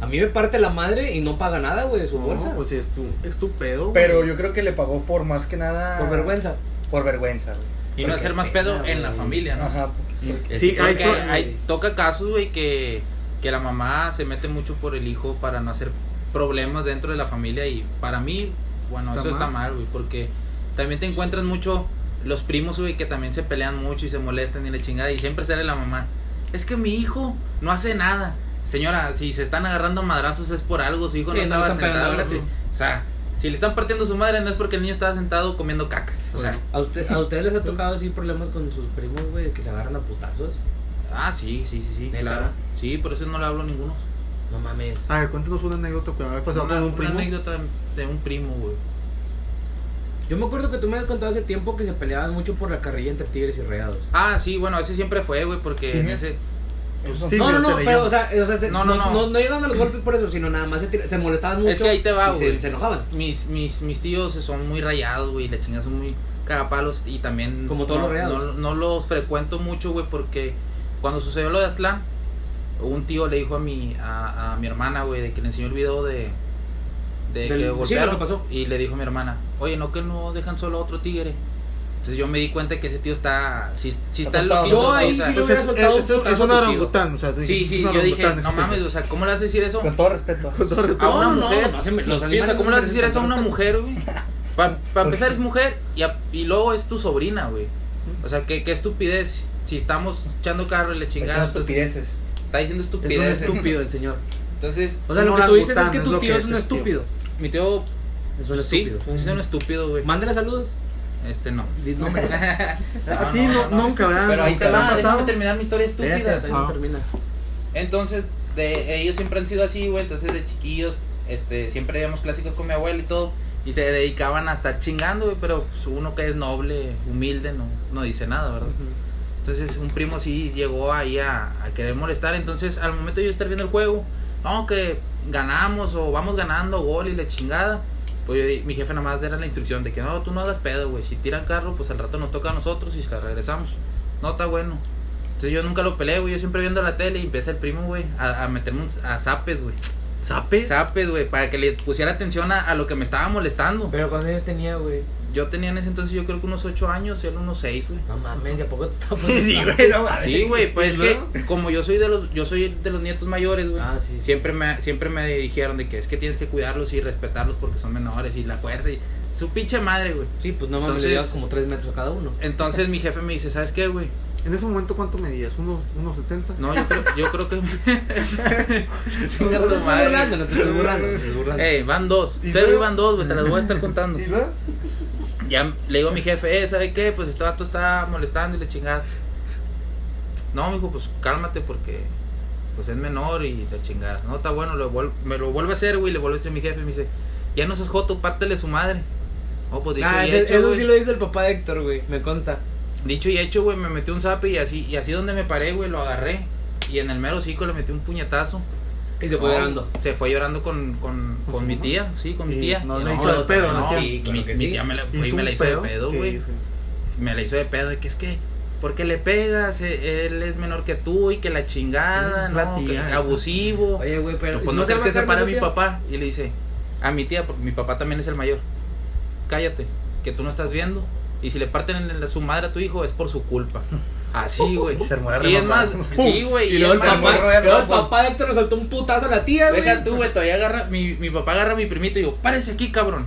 Speaker 2: A mí me parte la madre y no paga nada, güey, de su
Speaker 1: No,
Speaker 2: bolsa.
Speaker 1: Pues sí, es tu, es tu pedo.
Speaker 3: Pero
Speaker 1: güey.
Speaker 3: yo creo que le pagó por más que nada...
Speaker 2: por vergüenza.
Speaker 3: Por vergüenza, güey.
Speaker 4: Y no
Speaker 3: Porque-
Speaker 4: hacer más pedo en la familia, ¿no?
Speaker 3: Ajá.
Speaker 1: Y-
Speaker 4: Es
Speaker 1: Sí,
Speaker 4: que
Speaker 1: hay,
Speaker 4: creo que
Speaker 1: pro-
Speaker 4: hay- hay- toca casos, güey, que, que la mamá se mete mucho por el hijo para no hacer problemas dentro de la familia. Y para mí, bueno,
Speaker 1: Está
Speaker 4: eso está
Speaker 1: mal.
Speaker 4: mal, güey, porque también te encuentras mucho los primos, güey, que también se pelean mucho y se molestan y la chingada. Y siempre sale la mamá. Es que mi hijo no hace nada. Señora, si se están agarrando madrazos es por algo, su hijo
Speaker 2: Sí, no
Speaker 4: no estaba
Speaker 2: están pegando
Speaker 4: sentado.
Speaker 2: gratis.
Speaker 4: O sea, Si le están partiendo su madre, no es porque el niño estaba sentado comiendo caca. O sea,
Speaker 2: ¿A, usted, ¿A ustedes les ha tocado así problemas con sus primos, güey? de Que se agarran a putazos.
Speaker 4: ah, sí, sí, sí, sí.
Speaker 2: ¿Neta?
Speaker 4: Claro. Sí, por eso no le hablo a ninguno.
Speaker 2: No mames.
Speaker 1: A ver, cuéntanos una anécdota que me había pasado
Speaker 4: una,
Speaker 1: con un
Speaker 4: una
Speaker 1: primo.
Speaker 4: anécdota de un primo, güey.
Speaker 2: Yo me acuerdo que tú me has contado hace tiempo que se peleaban mucho por la carrilla entre tigres y reados.
Speaker 4: Ah, sí, bueno, ese siempre fue, güey, porque
Speaker 3: Sí,
Speaker 4: en
Speaker 3: ¿no?
Speaker 4: ese.
Speaker 1: Pues
Speaker 3: Eso.
Speaker 1: sí,
Speaker 2: no, no,
Speaker 1: pero se
Speaker 2: no,
Speaker 1: veía.
Speaker 2: pero, o sea, o sea, se-
Speaker 4: No,
Speaker 2: no,
Speaker 4: no,
Speaker 2: no,
Speaker 4: no.
Speaker 2: no, llegaban a los golpes por eso, sino nada más se, tira- se molestaban mucho.
Speaker 4: Es que ahí te va,
Speaker 2: y se-
Speaker 4: güey.
Speaker 2: Se, enojaban.
Speaker 4: Mis, mis, mis tíos son muy rayados, güey, la chingada son muy cagapalos y también...
Speaker 2: Como todos
Speaker 4: no,
Speaker 2: los rayados.
Speaker 4: No, no los frecuento mucho, güey, porque cuando sucedió lo de Aztlán, un tío le dijo a mi, a, a mi hermana, güey, de que le enseñó el video de... De
Speaker 2: Del- sí,
Speaker 4: que
Speaker 2: lo que
Speaker 4: golpearon
Speaker 2: pasó.
Speaker 4: y le dijo a mi hermana, oye, no que no dejan solo a otro tigre. Entonces yo me di cuenta que ese tío está... Si, si está
Speaker 3: Está
Speaker 2: atado. Yo
Speaker 4: loquito,
Speaker 2: ahí
Speaker 4: o sea,
Speaker 2: sí lo
Speaker 1: Pues es,
Speaker 2: hubiera soltado
Speaker 1: es- es-
Speaker 2: un putazo
Speaker 1: es un
Speaker 2: a tu tío.
Speaker 1: orangután, o sea,
Speaker 4: Sí,
Speaker 1: es
Speaker 4: sí,
Speaker 1: un
Speaker 4: yo dije,
Speaker 1: orangután, Pues,
Speaker 4: no
Speaker 1: ese
Speaker 4: mames,
Speaker 1: señor.
Speaker 4: o sea, pues, ¿cómo le haces decir eso?
Speaker 3: Con todo respeto. Pues,
Speaker 4: a una
Speaker 2: No, no,
Speaker 4: mujer.
Speaker 2: no, se me- los
Speaker 4: sí, o sea, ¿cómo
Speaker 2: animales
Speaker 4: le vas a decir eso a una
Speaker 2: respetan.
Speaker 4: mujer, güey? Para empezar es mujer y, a- y luego es tu sobrina, güey. O sea, qué, qué estupidez si estamos echando carro y le
Speaker 3: Son
Speaker 4: chingada. entonces,
Speaker 3: estupideces.
Speaker 4: Está diciendo
Speaker 2: Es un
Speaker 4: estupidez.
Speaker 2: estúpido el señor.
Speaker 4: Entonces,
Speaker 2: O sea,
Speaker 1: Un
Speaker 2: lo que tú dices es
Speaker 1: orangután
Speaker 2: que
Speaker 1: es
Speaker 2: tu
Speaker 1: lo
Speaker 2: tío
Speaker 1: que
Speaker 2: es
Speaker 1: es
Speaker 2: un
Speaker 1: ese tío.
Speaker 2: estúpido.
Speaker 4: mi tío...
Speaker 2: Es un
Speaker 4: sí, pues,
Speaker 2: estúpido.
Speaker 4: es un estúpido, güey.
Speaker 2: Mándale saludos.
Speaker 4: Este no.
Speaker 2: Di [LAUGHS] nombres.
Speaker 1: A ti no- nunca, ¿verdad?
Speaker 4: Pero ahí
Speaker 1: Nunca
Speaker 4: te
Speaker 1: le han
Speaker 4: va, déjame
Speaker 1: pasado.
Speaker 4: terminar mi historia
Speaker 2: Espérate,
Speaker 4: estúpida.
Speaker 2: todavía no
Speaker 1: Ah.
Speaker 2: termina.
Speaker 4: Entonces, de, ellos siempre han sido así, güey. Entonces, de chiquillos, este, siempre íbamos clásicos con mi abuelo y todo. Y se dedicaban a estar chingando, güey. Pero pues, uno que es noble, humilde, no, no dice nada, ¿verdad? Entonces, un primo sí llegó ahí a, a querer molestar. Entonces, al momento de yo estar viendo el juego, no, que ganamos o vamos ganando gol y la chingada. Pues yo di- mi jefe nada más era la instrucción de que no, tú no hagas pedo, güey. Si tiran carro, pues al rato nos toca a nosotros y se la regresamos. No está bueno. Entonces yo nunca lo peleé, güey. Yo siempre viendo la tele y empieza el primo, güey, a, a meterme un- a zapes, güey.
Speaker 1: ¿Sape?
Speaker 4: Zapes, güey, para que le pusiera atención a, a lo que me estaba molestando.
Speaker 2: Pero ¿cuántos años tenía, güey?
Speaker 4: Yo tenía en ese entonces, yo creo que unos 8 años, él unos 6, güey.
Speaker 2: No mames, ¿y a poco
Speaker 1: [LAUGHS]
Speaker 2: te estaba
Speaker 3: [LAUGHS] Sí,
Speaker 2: poniendo?
Speaker 3: güey, no mames. [LAUGHS]
Speaker 4: Sí, güey,
Speaker 2: ¿Y
Speaker 4: pues es que
Speaker 2: luego?
Speaker 4: como yo soy de los yo soy de los nietos mayores, güey.
Speaker 2: Ah, sí, sí.
Speaker 4: Siempre me siempre me dijeron de que es que tienes que cuidarlos y respetarlos porque son menores y la fuerza y su pinche madre, güey.
Speaker 2: Sí, pues no mames,
Speaker 4: Entonces-
Speaker 2: le llevas como 3 metros a cada uno.
Speaker 4: Entonces mi jefe me dice, "¿Sabes qué, güey?
Speaker 1: En ese momento, ¿cuánto medías? ¿Unos, unos 70?
Speaker 4: No, yo creo, yo creo que [LAUGHS]
Speaker 2: No
Speaker 4: Chinga
Speaker 2: te
Speaker 4: tu
Speaker 2: estoy
Speaker 4: madre.
Speaker 2: burlando, no te estoy burlando, no te estoy burlando.
Speaker 4: Ey, van dos.
Speaker 1: ¿Y
Speaker 4: Cero y
Speaker 1: luego?
Speaker 4: van dos, güey. Te las voy a estar contando.
Speaker 1: ¿Y luego?
Speaker 4: Ya le digo a mi jefe, eh, ¿sabe qué? Pues este vato está molestando y le chingada. No, mijo, pues cálmate porque pues es menor y la chingada. No, está bueno, lo vuel- me lo vuelve a hacer, güey. Le vuelve a decir mi jefe y me dice, ya no seas joto, pártele su madre. Oh, pues dicho
Speaker 2: Ah,
Speaker 4: y
Speaker 2: ese-
Speaker 4: hecho,
Speaker 2: eso
Speaker 4: güey.
Speaker 2: sí lo dice el papá de Héctor, güey. Me consta.
Speaker 4: Dicho y hecho, güey, me metí un zape y así, y así donde me paré, güey, lo agarré. Y en el mero hocico le metí un puñetazo.
Speaker 2: Y se fue
Speaker 4: No,
Speaker 2: llorando.
Speaker 4: Se fue llorando con, con,
Speaker 1: ¿Con
Speaker 4: con
Speaker 1: su
Speaker 4: mi
Speaker 1: mamá?
Speaker 4: tía, sí, con mi
Speaker 1: Y
Speaker 4: tía.
Speaker 1: no
Speaker 4: Y
Speaker 1: le hizo de pedo,
Speaker 4: no,
Speaker 1: la tía.
Speaker 4: sí,
Speaker 2: Claro
Speaker 4: mi,
Speaker 2: que
Speaker 4: mi
Speaker 2: sí.
Speaker 4: tía me, la, fue y
Speaker 1: Hizo
Speaker 4: me
Speaker 1: un
Speaker 4: la hizo de
Speaker 1: pedo
Speaker 4: pedo,
Speaker 1: que
Speaker 4: güey.
Speaker 1: hizo.
Speaker 4: Me la hizo de pedo, de que es que, ¿por qué le pegas? Eh, Él es menor que tú y que la chingada,
Speaker 1: Es la
Speaker 4: no,
Speaker 1: tía,
Speaker 4: que
Speaker 1: esa.
Speaker 4: abusivo.
Speaker 2: Oye, güey, pero.
Speaker 4: Pero pues no
Speaker 2: se
Speaker 4: crees que se
Speaker 2: para
Speaker 4: para mi papá y le dice a mi tía, porque mi papá también es el mayor, cállate, que tú no estás viendo. Y si le parten en la- su madre a tu hijo es por su culpa. Así, güey.
Speaker 3: Se armó la
Speaker 4: Y es más,
Speaker 3: remontada.
Speaker 4: sí, güey.
Speaker 2: Y luego el
Speaker 4: es más,
Speaker 2: papá,
Speaker 3: güey, Royal
Speaker 2: luego el
Speaker 3: Rumble.
Speaker 2: papá de Héctor le soltó un putazo a la tía, güey.
Speaker 4: Deja tú, güey, todavía agarra, mi, mi papá agarra a mi primito y digo, párese aquí, cabrón.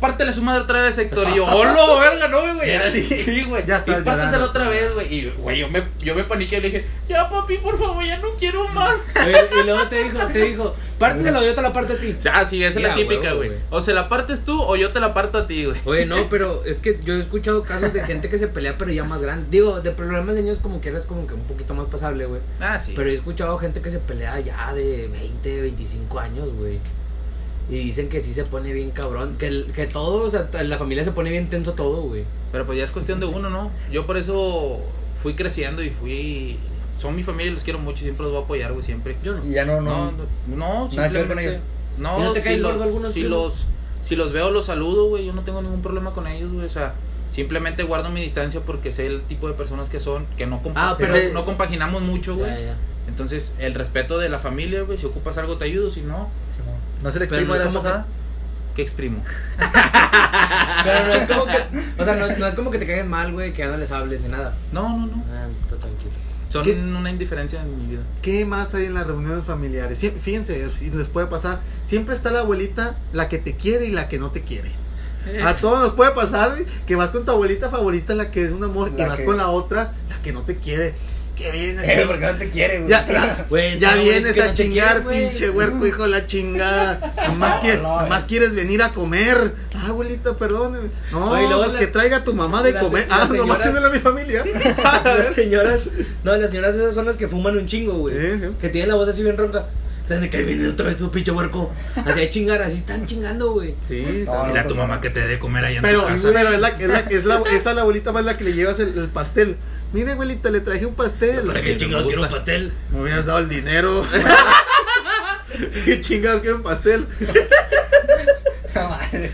Speaker 4: Pártele a su madre otra vez, Héctor. Y yo, hola, verga, no, güey.
Speaker 1: Ya,
Speaker 4: Sí, güey.
Speaker 1: ya estás
Speaker 4: Y pártesela
Speaker 1: llorando.
Speaker 4: otra vez, güey. Y, güey, yo me, yo me paniqué y le dije, ya, papi, por favor, ya no quiero más.
Speaker 2: Oye, Y luego te dijo, te dijo, párteselo, yo te la parto a ti.
Speaker 4: O sea, sí, esa
Speaker 2: Sí,
Speaker 4: es la
Speaker 2: a
Speaker 4: típica,
Speaker 2: huevo,
Speaker 4: güey.
Speaker 2: güey.
Speaker 4: O se la partes tú o yo te la parto a ti, güey.
Speaker 2: Oye, no, pero es que yo he escuchado casos de gente que se pelea, pero ya más grande. Digo, de problemas de niños como que eres como que un poquito más pasable, güey.
Speaker 4: Ah, sí.
Speaker 2: Pero he escuchado gente que se pelea ya de 20, 25 años, güey. Y dicen que sí se pone bien cabrón. Que, el- que todo, o sea, la familia se pone bien tenso todo, güey.
Speaker 4: Pero pues ya es cuestión de uno, ¿no? Yo por eso fui creciendo y fui... Son mi familia y los quiero mucho, siempre los voy a apoyar, güey, siempre.
Speaker 2: Yo no.
Speaker 3: Y ya no,
Speaker 4: No,
Speaker 3: no.
Speaker 4: no, no,
Speaker 3: Nada que ver con
Speaker 4: simplemente-
Speaker 3: ellos.
Speaker 4: No,
Speaker 2: ¿Y no te
Speaker 4: si,
Speaker 2: caen
Speaker 4: los,
Speaker 2: gordo algunos
Speaker 4: si
Speaker 2: primos?
Speaker 4: los si los veo los saludo, güey, yo no tengo ningún problema con ellos, güey, o sea, simplemente guardo mi distancia porque sé el tipo de personas que son, que no compa-
Speaker 2: Ah, pero-
Speaker 4: no- no compaginamos mucho,
Speaker 2: Ya,
Speaker 4: güey.
Speaker 2: ya.
Speaker 4: Entonces, el respeto de la familia, güey, si ocupas algo te ayudo, si no,
Speaker 3: Sí, no. ¿No se le
Speaker 2: Pero
Speaker 3: exprimo de
Speaker 2: no
Speaker 3: la
Speaker 2: como
Speaker 3: mojada?
Speaker 4: que exprimo.
Speaker 2: Pero no es como que, o sea, no, no es como que te caigan mal, güey, que ya no les hables ni nada.
Speaker 4: No, no, no.
Speaker 2: Ah, está tranquilo.
Speaker 4: Son
Speaker 1: ¿Qué?
Speaker 4: una indiferencia en mi vida.
Speaker 1: ¿Qué más hay en las reuniones familiares? Sie- Fíjense, si les puede pasar. Siempre está la abuelita, la que te quiere y la que no te quiere.
Speaker 4: Eh.
Speaker 1: A todos nos puede pasar güey, que vas con tu abuelita favorita, la que es un amor, y
Speaker 3: La
Speaker 1: vas
Speaker 3: que-
Speaker 1: con la otra, la que no te quiere. que vienes.
Speaker 3: Eh,
Speaker 1: pin-
Speaker 3: porque no te quiere, güey. [LAUGHS]
Speaker 4: [LAUGHS]
Speaker 1: Ya, ya,
Speaker 2: Güey,
Speaker 1: ya
Speaker 2: está, güey,
Speaker 1: vienes
Speaker 2: es que
Speaker 1: a
Speaker 2: no te
Speaker 1: chingar,
Speaker 2: quiero, güey. eh.
Speaker 1: pinche huerco, hijo de la
Speaker 2: [LAUGHS]
Speaker 1: chingada. Nomás,
Speaker 3: No,
Speaker 1: que-
Speaker 3: no, güey.
Speaker 1: nomás quieres venir a comer. Ah, abuelita, perdóneme. No,
Speaker 2: Oye, luego
Speaker 1: pues
Speaker 2: la-
Speaker 1: que traiga a tu mamá de
Speaker 2: la se-
Speaker 1: comer.
Speaker 2: la
Speaker 1: Ah, nomás
Speaker 2: señora-
Speaker 1: siéndole [LAUGHS] a mi familia.
Speaker 2: [LAUGHS] Las señoras, no, las señoras esas son las que fuman un chingo, güey.
Speaker 1: Sí, sí.
Speaker 2: Que tienen la voz así bien ronca. Están de que "Ahí viene otra vez tu pinche huerco. Así a chingar, así están chingando, güey.
Speaker 1: Sí,
Speaker 3: No,
Speaker 1: está-
Speaker 4: Mira a tu mamá que te dé comer ahí en
Speaker 1: Pero,
Speaker 4: tu casa.
Speaker 1: pero es la, es la, es la, esa la abuelita más la que le llevas el, el pastel. Mire, abuelita, le traje un pastel.
Speaker 2: ¿Para
Speaker 4: que
Speaker 2: qué
Speaker 4: me
Speaker 2: chingados
Speaker 4: gusta.
Speaker 2: quiero un pastel?
Speaker 1: Me hubieras dado el
Speaker 2: [LAUGHS]
Speaker 1: dinero. [LAUGHS] ¿Qué chingados quieren pastel?
Speaker 3: No, madre.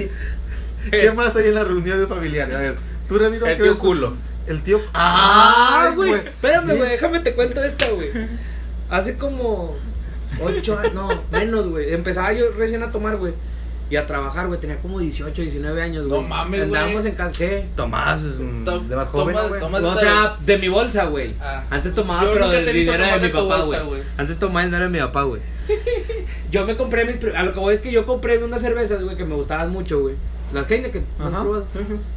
Speaker 2: Eh.
Speaker 1: ¿Qué más hay en la reunión de familiares? A ver, tú, Ramiro,
Speaker 4: El
Speaker 1: ¿qué
Speaker 4: tío
Speaker 1: ves?
Speaker 4: culo.
Speaker 1: El tío.
Speaker 2: Ah,
Speaker 1: ¡Ah,
Speaker 2: güey. Espérame, güey,
Speaker 1: ¿Viste?
Speaker 2: déjame te cuento esta, güey. Hace como ocho años, no, menos, güey. Empezaba yo recién a tomar, güey. Y a trabajar, güey. Tenía como 18, 19 años,
Speaker 4: No
Speaker 2: güey.
Speaker 4: mames, güey.
Speaker 2: Andábamos en casa, ¿qué?
Speaker 3: Tomás, mm,
Speaker 4: To-
Speaker 3: de más joven,
Speaker 4: Tomás-
Speaker 3: ¿no, güey?
Speaker 4: Tomás-
Speaker 2: O eh. sea, de mi bolsa, güey.
Speaker 4: Ah.
Speaker 2: Antes tomaba,
Speaker 4: Yo
Speaker 2: pero
Speaker 4: nunca te
Speaker 2: del
Speaker 4: he visto
Speaker 2: dinero de
Speaker 4: tomar
Speaker 2: mi
Speaker 4: de tu
Speaker 2: papá,
Speaker 4: bolsa,
Speaker 2: güey.
Speaker 4: güey.
Speaker 2: Antes tomaba el dinero de mi papá,
Speaker 4: [LAUGHS]
Speaker 2: güey. Yo me compré mis. prim- A lo que voy es que yo compré unas cervezas, güey, que me gustaban mucho, güey. Las Heineken, que
Speaker 1: Ajá.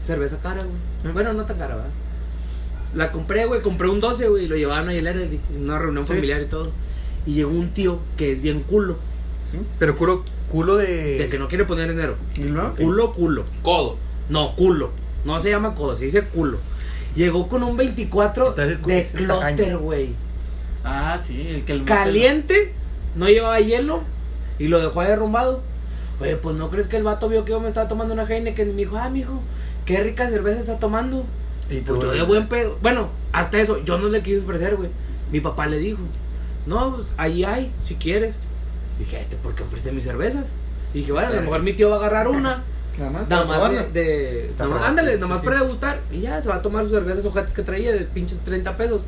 Speaker 2: Cerveza cara, güey. Bueno, no tan cara, ¿verdad? La compré, güey, compré un 12, güey, y lo llevaban a hielera en una reunión
Speaker 1: Sí.
Speaker 2: familiar y todo. Y llegó un tío que es bien culo,
Speaker 1: Sí.
Speaker 3: Pero culo, culo de.
Speaker 2: de que no quiere poner dinero.
Speaker 1: ¿Y luego?
Speaker 2: Culo, culo.
Speaker 4: Codo.
Speaker 2: No, culo. No se llama codo, se dice culo. Llegó con un 24
Speaker 3: Entonces, el culo
Speaker 2: de
Speaker 3: es el tacaño.
Speaker 2: clúster, güey.
Speaker 1: Ah, sí, el que el
Speaker 2: Caliente, no llevaba hielo y lo dejó ahí derrumbado. Oye, pues no crees que el vato vio que yo me estaba tomando una Heineken y me dijo, ah, mijo, qué rica cerveza está tomando.
Speaker 3: Y tú,
Speaker 2: Pues yo de buen pedo. Bueno, hasta eso, yo no le quise ofrecer, güey. Mi papá le dijo, no, pues ahí hay, si quieres. Dije, este, ¿por qué ofrece mis cervezas? Dije, bueno, a lo mejor mi tío va a agarrar una.
Speaker 1: Nada más.
Speaker 2: Nada
Speaker 1: para
Speaker 2: más
Speaker 1: probarla.
Speaker 2: de. de-
Speaker 3: Ah, Está
Speaker 2: nada más-
Speaker 3: probado,
Speaker 2: ándale,
Speaker 3: sí,
Speaker 2: nada
Speaker 3: sí,
Speaker 2: más
Speaker 3: sí.
Speaker 2: para degustar. Y ya, se va a tomar sus cervezas ojetes que traía de pinches 30 pesos.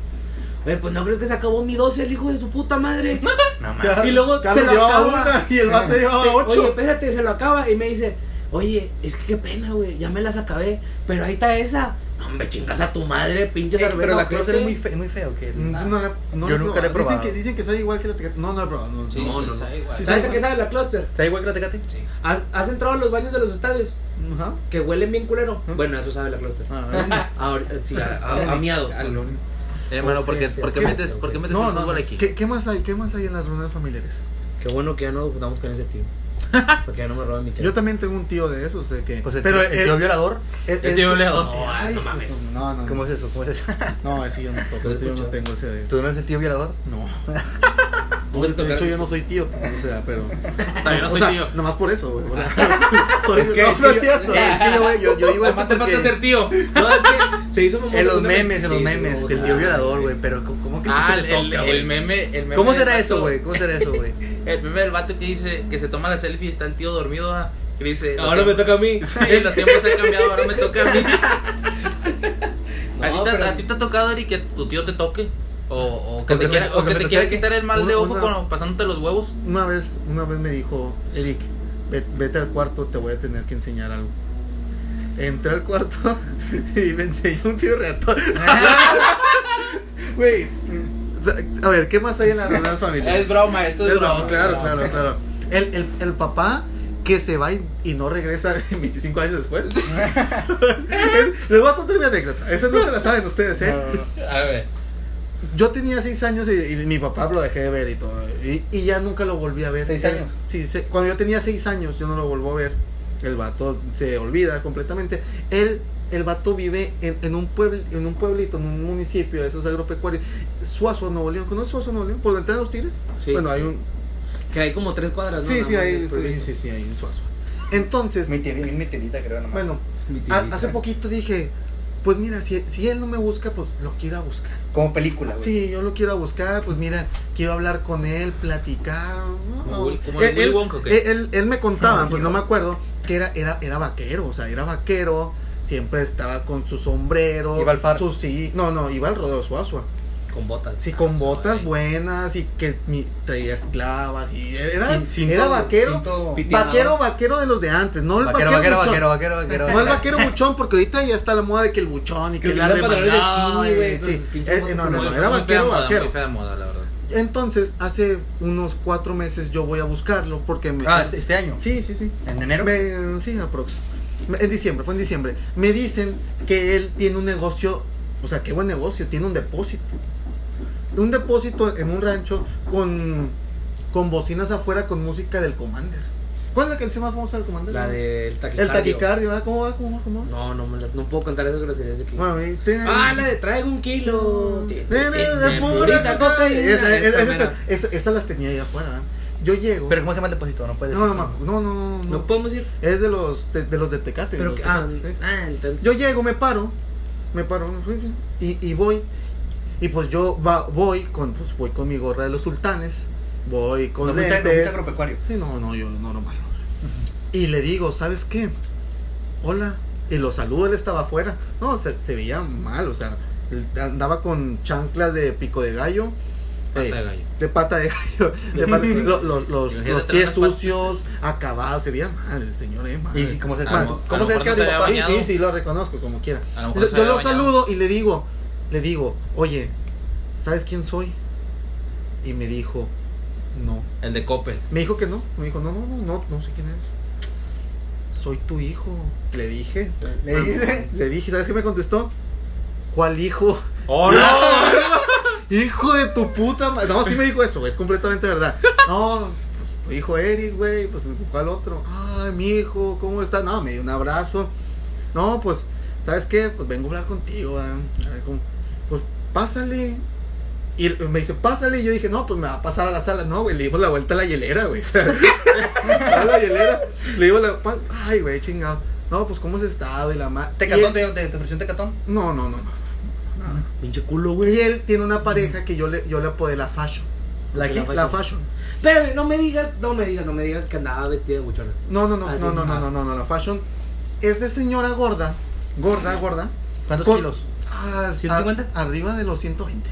Speaker 2: Oye, pues no crees que se acabó mi 12, el hijo de su puta madre.
Speaker 3: [LAUGHS] No, mames.
Speaker 1: Ya,
Speaker 2: Y luego se
Speaker 1: Carlos
Speaker 2: lo
Speaker 1: llevaba
Speaker 2: acaba.
Speaker 1: una y el vato llevaba
Speaker 2: Sí, Oye,
Speaker 1: ocho.
Speaker 2: espérate, se lo acaba. Y me dice, oye, es que qué pena, güey, ya me las acabé. Pero ahí está esa. No, hombre, chingas a tu madea pinche
Speaker 3: Ey,
Speaker 2: cerveza.
Speaker 3: Eh, pero la
Speaker 2: ojete.
Speaker 3: cruz es muy fea, es muy fea, ¿o qué?
Speaker 1: Mm, tú no la- no
Speaker 3: Yo
Speaker 1: la
Speaker 3: nunca la he
Speaker 1: probas.
Speaker 3: probado.
Speaker 1: Dicen que, dicen que sabe igual que la tecate. No, no la he probado. No,
Speaker 4: Sí,
Speaker 1: no, no,
Speaker 4: sí,
Speaker 1: no.
Speaker 4: sabe igual.
Speaker 1: Sí,
Speaker 2: ¿Sabes
Speaker 1: sabe
Speaker 2: a qué sabe la cluster?
Speaker 3: ¿Está igual que la tecate?
Speaker 4: Sí.
Speaker 2: ¿Has, has entrado a los baños de los estadios?
Speaker 1: Ajá.
Speaker 2: Que huelen bien culero.
Speaker 1: ¿Ah?
Speaker 2: Bueno, eso sabe la cluster. [LAUGHS]
Speaker 1: Ah,
Speaker 2: Ahora, sí, a, a- a miados.
Speaker 4: Eh, hermano, ¿por qué,
Speaker 2: Ojete,
Speaker 4: por qué
Speaker 2: ojete,
Speaker 4: metes, por qué
Speaker 2: ojete.
Speaker 4: metes
Speaker 1: No,
Speaker 4: Pues el
Speaker 1: no,
Speaker 4: fútbol
Speaker 1: no.
Speaker 4: aquí?
Speaker 1: ¿Qué, qué más hay? ¿Qué más hay en las reuniones familiares?
Speaker 2: Qué bueno que ya no nos juntamos con
Speaker 1: [LAUGHS]
Speaker 2: ese tío. Porque ya no me roban mi
Speaker 1: Yo también tengo un tío de esos, de que.
Speaker 3: Pues el,
Speaker 1: pero
Speaker 3: tío, el
Speaker 1: él-
Speaker 3: tío violador,
Speaker 1: él-
Speaker 4: el
Speaker 1: él
Speaker 4: tío
Speaker 1: sí-
Speaker 4: violador.
Speaker 1: No, ay,
Speaker 2: No
Speaker 1: pues,
Speaker 2: mames.
Speaker 1: No, no, no.
Speaker 3: ¿cómo es eso? ¿Cómo es [LAUGHS] eso?
Speaker 1: No, ese yo no toco.
Speaker 2: ¿Lo has
Speaker 1: ese Yo no
Speaker 2: escuchado?
Speaker 1: tengo ese de.
Speaker 3: ¿Tú no eres el tío violador?
Speaker 1: No.
Speaker 2: Voy a
Speaker 1: De
Speaker 2: tocar
Speaker 1: hecho, yo
Speaker 2: eso.
Speaker 1: no soy tío. O sea, pero.
Speaker 4: También no
Speaker 1: o
Speaker 4: soy
Speaker 1: sea,
Speaker 4: tío.
Speaker 1: Nomás por eso, güey. O sea, [LAUGHS] soy-
Speaker 3: Es que-
Speaker 1: no, no
Speaker 3: es [LAUGHS]
Speaker 1: es
Speaker 3: que yo-
Speaker 1: cierto.
Speaker 3: es que yo, güey, yo- yo digo
Speaker 4: Nomás
Speaker 3: esto
Speaker 4: te falta
Speaker 3: porque-
Speaker 4: ser tío.
Speaker 2: No, es que se hizo famoso
Speaker 3: En los
Speaker 2: una vez.
Speaker 3: memes, en los
Speaker 2: Sí,
Speaker 3: memes,
Speaker 2: sí,
Speaker 3: el
Speaker 2: sí,
Speaker 3: tío
Speaker 2: sí.
Speaker 3: violador, güey, pero ¿cómo cómo que
Speaker 4: [LAUGHS] Ah,
Speaker 3: te
Speaker 4: el, el,
Speaker 3: toca, güey?
Speaker 4: el meme, el meme.
Speaker 3: ¿Cómo
Speaker 4: del
Speaker 3: será
Speaker 4: vato-
Speaker 3: eso, güey? ¿Cómo será eso, güey?
Speaker 4: El meme del vato que dice que se toma la selfie y está el tío dormido ah, que dice.
Speaker 2: Ahora me
Speaker 4: [LAUGHS]
Speaker 2: toca a mí.
Speaker 4: El tiempo se ha cambiado, ahora me toca a mí.
Speaker 2: No,
Speaker 4: ¿A, ti te,
Speaker 2: pero-
Speaker 4: a ti te ha tocado, Eri, que tu tío te toque? ¿O, o
Speaker 3: O
Speaker 4: que
Speaker 3: que
Speaker 4: te
Speaker 3: te-
Speaker 4: quiera,
Speaker 3: o
Speaker 4: o
Speaker 3: que
Speaker 4: que
Speaker 3: te
Speaker 4: te quiera
Speaker 3: toque.
Speaker 4: quitar el mal
Speaker 1: Una-
Speaker 4: de ojo
Speaker 1: una-
Speaker 4: con- pasándote los huevos?
Speaker 1: Una vez, una vez me dijo, Eric, ve- vete al cuarto, te voy a tener que enseñar algo. Entré al cuarto [LAUGHS] y me enseñó un cigarreto. Güey, a ver, ¿qué más hay en la reunión familiar?
Speaker 4: Es broma, esto es, broma.
Speaker 1: claro, claro, claro. El, el, el papá que se va y, y no regresa [LAUGHS] 25 años después. [LAUGHS] Es- Les voy a contar mi anécdota. Eso no se la saben ustedes, ¿eh?
Speaker 4: [LAUGHS] A ver.
Speaker 1: Yo tenía seis años y, y mi papá lo dejé de ver y todo. Y, y ya nunca lo volví a ver.
Speaker 3: ¿Seis
Speaker 1: Ya-
Speaker 3: años?
Speaker 1: Sí, se- cuando yo tenía seis años yo no lo vuelvo a ver. El vato se olvida completamente. Él, el vato vive en, en un puebl- en un pueblito, en un municipio de esos agropecuarios. Suazo, Nuevo León. ¿Conoces Suazo, Nuevo León? ¿Por donde están los tigres?
Speaker 2: Sí.
Speaker 1: Bueno, hay un...
Speaker 2: Que hay como tres cuadras, ¿no?
Speaker 1: Sí,
Speaker 2: Nada
Speaker 1: sí,
Speaker 2: más
Speaker 1: hay,
Speaker 2: del
Speaker 1: sí,
Speaker 2: pueblito.
Speaker 1: sí, sí, hay en Suazo. Entonces,
Speaker 3: Mi tierita, mi tierita, creo nomás.
Speaker 1: bueno,
Speaker 2: Mi
Speaker 1: a-
Speaker 2: tía.
Speaker 1: hace poquito dije, pues mira, si, si él no me busca, pues lo quiero a buscar.
Speaker 3: Como película, Ah, güey.
Speaker 1: Sí, yo lo quiero a buscar, pues mira, quiero hablar con él, platicar. ¿no?
Speaker 4: Como Willy- como
Speaker 1: él,
Speaker 4: Willy
Speaker 1: él-
Speaker 4: Wonka, ¿o qué?
Speaker 1: él- él- él me
Speaker 3: Ah,
Speaker 1: contaba, pues no me acuerdo, que era, era, era vaquero, o sea, era vaquero, siempre estaba con su sombrero.
Speaker 3: Iba al faro.
Speaker 1: Su, sí, no, no, iba al rodeo Suazua.
Speaker 2: Con botas.
Speaker 1: Sí,
Speaker 3: Ah,
Speaker 1: con botas
Speaker 4: güey.
Speaker 1: buenas y que mi- traía esclavas y era,
Speaker 3: Sin- sin
Speaker 1: era
Speaker 3: todo,
Speaker 1: vaquero.
Speaker 3: sin todo.
Speaker 2: Piteado.
Speaker 1: Vaquero, vaquero de los de antes, no el
Speaker 3: Vaquero,
Speaker 1: vaquero,
Speaker 3: vaquero,
Speaker 1: buchón.
Speaker 3: vaquero, vaquero, vaquero.
Speaker 1: No el vaquero buchón, porque ahorita ya está la moda de que el buchón y
Speaker 2: Que
Speaker 1: que, la
Speaker 2: utilizan pantalones
Speaker 1: remangada.
Speaker 2: skinny, güey,
Speaker 1: y-
Speaker 2: con
Speaker 1: sí.
Speaker 2: sus pinches
Speaker 1: Eh,
Speaker 2: botas
Speaker 1: no, no,
Speaker 4: Muy-
Speaker 1: no, era
Speaker 4: muy fea
Speaker 1: vaquero,
Speaker 4: moda,
Speaker 1: vaquero.
Speaker 4: Muy fea moda, la verdad.
Speaker 1: Entonces, hace unos cuatro meses yo voy a buscarlo porque me.
Speaker 3: Ah, este, este año.
Speaker 1: Sí, sí, sí.
Speaker 3: En enero.
Speaker 1: Me- sí, aprox. Me- En diciembre, fue en diciembre. Me dicen que él tiene un negocio, o sea, qué buen negocio, tiene un depósito. un depósito en un rancho con, con bocinas afuera con música del Commander. ¿Cuál es la canción más famosa del Commander?
Speaker 2: La del taquicardio.
Speaker 1: El taquicardio, ¿verdad? ¿Cómo va? ¿Cómo va? ¿Cómo va?
Speaker 2: No, no, me la- no puedo contar esas groserías aquí.
Speaker 1: Bueno, ahí tiene-
Speaker 2: Ah, la de traigo un kilo.
Speaker 1: Tiene
Speaker 2: De
Speaker 1: de
Speaker 2: purita
Speaker 1: pura
Speaker 2: cocaína.
Speaker 1: cocaína. Esa-
Speaker 2: Esa
Speaker 1: esa-
Speaker 2: mera.
Speaker 1: esa- esa- Esas las tenía ahí afuera. ¿verdad? Yo llego.
Speaker 3: Pero ¿cómo se llama el depósito? No puedes
Speaker 1: no, no, no, no, no,
Speaker 2: No
Speaker 1: no.
Speaker 2: podemos ir.
Speaker 1: Es de los de, de los de Tecate.
Speaker 2: Pero
Speaker 1: los
Speaker 2: que- ah,
Speaker 1: Tecates, ¿eh?
Speaker 2: ah, entonces.
Speaker 1: Yo llego, me paro, me paro y, y voy. Y pues yo va, voy con pues voy con mi gorra de los sultanes, voy con
Speaker 3: No fuiste- no fuiste
Speaker 1: lentes.
Speaker 3: agropecuario.
Speaker 1: Sí, no, no, yo no normal. Y le digo, ¿sabes qué? Hola. Y lo saludo, él estaba afuera. No, se, se veía mal, o sea, él andaba con chanclas de pico de gallo.
Speaker 4: Pata
Speaker 1: eh,
Speaker 4: de gallo.
Speaker 1: de pata de gallo. de
Speaker 4: [LAUGHS]
Speaker 1: pata- lo- los, los-
Speaker 4: Imagínate
Speaker 1: los
Speaker 4: traer
Speaker 1: pies
Speaker 4: unas patas.
Speaker 1: sucios, acabados, se veía mal, el señor es mal.
Speaker 3: ¿Y si- cómo se
Speaker 1: Ah,
Speaker 3: cómo-
Speaker 1: no,
Speaker 3: cómo
Speaker 4: a
Speaker 3: se
Speaker 4: lo mejor no
Speaker 3: describe?
Speaker 4: se había
Speaker 1: Sí,
Speaker 4: bañado.
Speaker 1: sí, sí, lo reconozco, como quiera.
Speaker 4: A lo mejor
Speaker 1: Yo,
Speaker 4: se
Speaker 1: yo
Speaker 4: había
Speaker 1: lo
Speaker 4: bañado.
Speaker 1: saludo y le digo, le digo, oye, ¿sabes quién soy? Y me dijo, no.
Speaker 4: El de Coppel.
Speaker 1: Me dijo que no, me dijo, no, no, no, no, no sé quién eres. Soy tu hijo, le dije.
Speaker 3: Le dije.
Speaker 1: [LAUGHS] Le dije, ¿sabes qué me contestó? ¿Cuál hijo?
Speaker 4: [LAUGHS] ¡Oh, no!
Speaker 1: Hijo de tu puta madre. No, sí me dijo eso, güey, es completamente verdad. No, pues tu hijo Eric, güey, pues ¿cuál otro? Ay, mi hijo, ¿cómo estás? No, me dio un abrazo. No, pues, ¿sabes qué? Pues vengo a hablar contigo, ¿verdad? a ver cómo. Pues pásale. Y él me dice, pásale. Y yo dije, no, pues me va a pasar a la sala. No, güey, le dimos la vuelta a la hielera, güey. [LAUGHS] O sea, a la hielera. Le dimos la. pa- Ay, güey, chingado. No, pues, ¿cómo has estado? Y la ma- y
Speaker 3: ¿Tecatón?
Speaker 1: él-
Speaker 3: ¿Te, te, te ofreció un tecatón?
Speaker 1: No, no, no, no.
Speaker 2: Pinche culo,
Speaker 1: Y
Speaker 2: güey.
Speaker 1: él tiene una pareja que yo le, yo le apodé la fashion.
Speaker 2: ¿La qué?
Speaker 1: La fashion. La fashion.
Speaker 2: Espérame, no me digas, no me digas, no me digas que andaba vestida de buchona.
Speaker 1: No, no, no,
Speaker 2: Ah, sí.
Speaker 1: no, no,
Speaker 2: Ah.
Speaker 1: no, no, no, no, la fashion. Es de señora gorda. Gorda, gorda.
Speaker 3: ¿Cuántos
Speaker 1: Con-
Speaker 3: kilos?
Speaker 1: Ah, a-
Speaker 2: 150?
Speaker 1: arriba de los 120.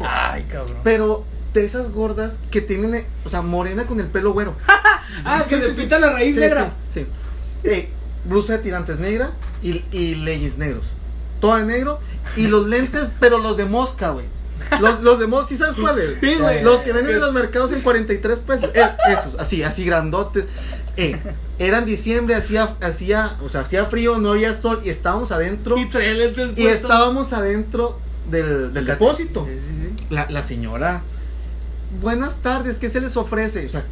Speaker 3: Ay, cabrón.
Speaker 1: Pero de esas gordas que tienen, eh, o sea, morena con el pelo güero.
Speaker 2: Ah, que
Speaker 1: Sí,
Speaker 2: se
Speaker 1: sí, sí.
Speaker 2: pinta la raíz
Speaker 1: Sí,
Speaker 2: negra.
Speaker 1: Sí, sí. Eh, blusa de tirantes negra y, y leggings negros. Todo de negro y
Speaker 2: [LAUGHS]
Speaker 1: los lentes, pero los de mosca, güey. Los, los de mosca, ¿sí sabes cuáles?
Speaker 2: Sí, güey.
Speaker 1: Los que venden en los mercados en 43 pesos. Eh, esos, así, así grandotes. Eh, era en diciembre, hacía, hacía, o sea, hacía frío, no había sol y estábamos adentro.
Speaker 2: Y traía lentes
Speaker 1: Y
Speaker 2: puestos.
Speaker 1: estábamos adentro del, del depósito.
Speaker 3: Sí, sí, sí.
Speaker 1: La, la señora, buenas tardes, ¿qué se les ofrece? O sea,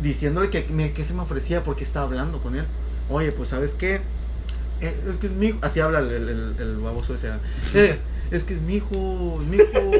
Speaker 1: diciéndole que, me- que se me ofrecía porque estaba hablando con él. Oye, pues, ¿sabes qué? Eh, es que es mi hijo. Así habla el, el, el- el baboso ese. "Eh, es que es mi hijo, es mi hijo.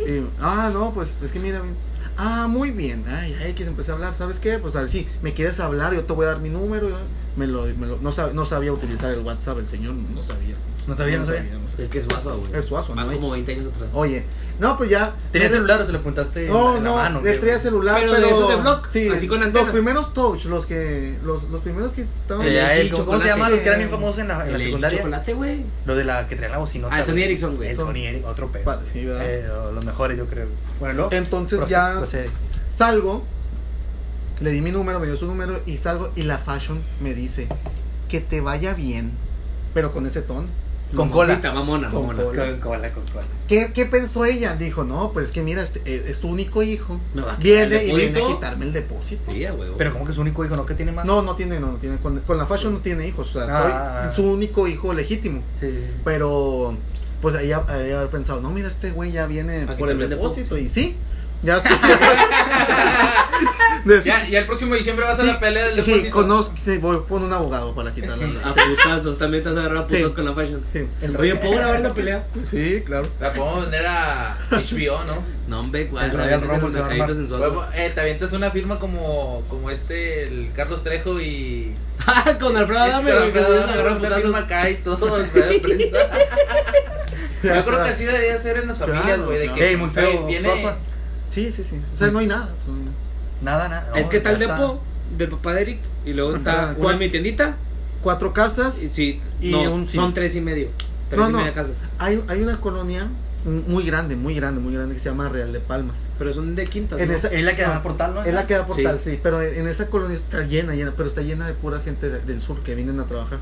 Speaker 1: Eh, ah, no, pues, es que mira. mira. Ah, muy bien. Ay, ay, que se empezó a hablar. ¿Sabes qué? Pues, a ver, sí, me quieres hablar, yo te voy a dar mi número. Me lo, me lo- no, sab- no sabía utilizar el WhatsApp, el señor no sabía.
Speaker 3: No sabía, no sabía.
Speaker 1: no sabía.
Speaker 2: Es que es guaso, güey.
Speaker 1: Es guaso,
Speaker 2: Van
Speaker 1: ¿no?
Speaker 2: como 20 años atrás.
Speaker 1: Oye, no, pues ya.
Speaker 3: ¿Tenía
Speaker 1: me-
Speaker 3: celular o se lo apuntaste
Speaker 1: no,
Speaker 3: en la
Speaker 1: no,
Speaker 3: mano?
Speaker 1: él traía celular,
Speaker 2: Pero
Speaker 1: pero,
Speaker 2: de esos de block,
Speaker 1: sí,
Speaker 2: así con antena.
Speaker 1: Los primeros touch, los que los, los primeros que estaban
Speaker 3: Eh, ya,
Speaker 2: Sí,
Speaker 3: él, ¿Cómo
Speaker 2: chocolate.
Speaker 3: se llama los que eran bien famosos en la, en la
Speaker 2: El
Speaker 3: secundaria?
Speaker 2: chocolate, güey.
Speaker 3: Lo de la que traían la bocinota.
Speaker 2: Ah, el Sony
Speaker 3: güey.
Speaker 2: Ericsson, güey.
Speaker 3: El
Speaker 1: Son-
Speaker 3: Sony Ericsson, otro pedo.
Speaker 1: Pa- sí, ¿verdad?
Speaker 3: Eh, lo- los mejores, yo creo. Bueno, luego.
Speaker 1: Entonces
Speaker 3: proce-
Speaker 1: ya
Speaker 3: procede.
Speaker 1: salgo, le di mi número, me dio su número y salgo y la fashion me dice que te vaya bien, pero con ese ton.
Speaker 3: Con
Speaker 2: Mamoncita,
Speaker 3: cola.
Speaker 2: Mamona,
Speaker 1: Con
Speaker 2: mamona.
Speaker 1: cola.
Speaker 3: Con cola, con cola.
Speaker 1: ¿Qué, qué pensó ella? Dijo, no, pues que mira, este, eh, es tu único hijo.
Speaker 2: Me
Speaker 3: ah,
Speaker 2: va a quitar el
Speaker 1: Viene y viene a
Speaker 2: depósito.
Speaker 1: quitarme el depósito.
Speaker 2: Sí, güey.
Speaker 3: Pero como que su único hijo, ¿no? ¿Qué tiene más?
Speaker 1: No, no tiene, no, no tiene. Con, con la fashion no tiene hijos. O sea, soy
Speaker 3: Ah.
Speaker 1: su único hijo legítimo.
Speaker 3: Sí, sí, sí.
Speaker 1: Pero, pues ahí ha- ahí haber pensado, no, mira, este güey ya viene
Speaker 2: Aquí
Speaker 1: por el
Speaker 2: también
Speaker 1: depósito.
Speaker 2: depósito.
Speaker 1: Y sí,
Speaker 4: [LAUGHS]
Speaker 1: ya estoy. [LAUGHS] De-
Speaker 4: Ya, ya el próximo diciembre vas a
Speaker 1: sí,
Speaker 4: la pelea del
Speaker 1: sí,
Speaker 4: depósito.
Speaker 1: conozco, sí, voy con un abogado para quitarle.
Speaker 2: A
Speaker 4: [LAUGHS]
Speaker 1: la-
Speaker 2: putazos, también Ah, te has agarrado a putas
Speaker 1: Sí.
Speaker 2: con la fashion.
Speaker 1: Sí, el-
Speaker 2: Oye, ¿puedo grabar la pelea?
Speaker 1: sí, claro.
Speaker 4: La podemos vender a HBO,
Speaker 1: [LAUGHS]
Speaker 4: ¿no?
Speaker 2: No, hombre, güey.
Speaker 3: El
Speaker 2: la
Speaker 3: Royal
Speaker 2: neta,
Speaker 3: Rumble
Speaker 2: los
Speaker 3: se va a
Speaker 2: machaditos
Speaker 3: armar.
Speaker 2: en su
Speaker 4: Huevo, eh, te avientas una firma como, como este, el Carlos Trejo
Speaker 1: [LAUGHS]
Speaker 4: y.
Speaker 2: [LAUGHS] Ah, con Alfredo Adame,
Speaker 4: Este,
Speaker 2: güey. Que se
Speaker 4: Alfredo
Speaker 2: la
Speaker 4: Adame,
Speaker 2: agarró a
Speaker 4: una firma
Speaker 2: putazos.
Speaker 4: acá y todo. Alfredo
Speaker 3: [LAUGHS]
Speaker 4: de prensa.
Speaker 1: Ya
Speaker 4: Yo creo
Speaker 1: está.
Speaker 4: que así debería ser en las
Speaker 1: Claro,
Speaker 4: familias, güey. de
Speaker 1: claro.
Speaker 4: que
Speaker 3: Ey, muy feo,
Speaker 4: eh, Viene.
Speaker 3: Sosa.
Speaker 1: Sí, sí, sí. O sea, no hay nada.
Speaker 3: Nada, nada.
Speaker 2: Es
Speaker 3: No,
Speaker 2: que está el
Speaker 3: ya
Speaker 2: depo del papá de Eric y luego está
Speaker 1: Ah,
Speaker 2: una
Speaker 1: ¿cuál?
Speaker 2: mi tiendita.
Speaker 1: Cuatro casas.
Speaker 2: y Sí,
Speaker 1: Y
Speaker 2: no,
Speaker 1: un sí.
Speaker 2: son tres y medio. Tres
Speaker 1: No,
Speaker 2: y
Speaker 1: no.
Speaker 2: media casas.
Speaker 1: Hay, hay una colonia muy grande, muy grande, muy grande que se llama Real de Palmas.
Speaker 2: Pero son de quintas.
Speaker 1: En
Speaker 2: ¿no?
Speaker 1: esa-
Speaker 4: Eh,
Speaker 3: Es la que da
Speaker 1: no,
Speaker 3: portal, ¿no?
Speaker 1: Es la que da portal,
Speaker 2: Sí.
Speaker 1: sí. Pero en esa colonia está llena, llena, pero está llena de pura gente de- del sur que vienen a trabajar.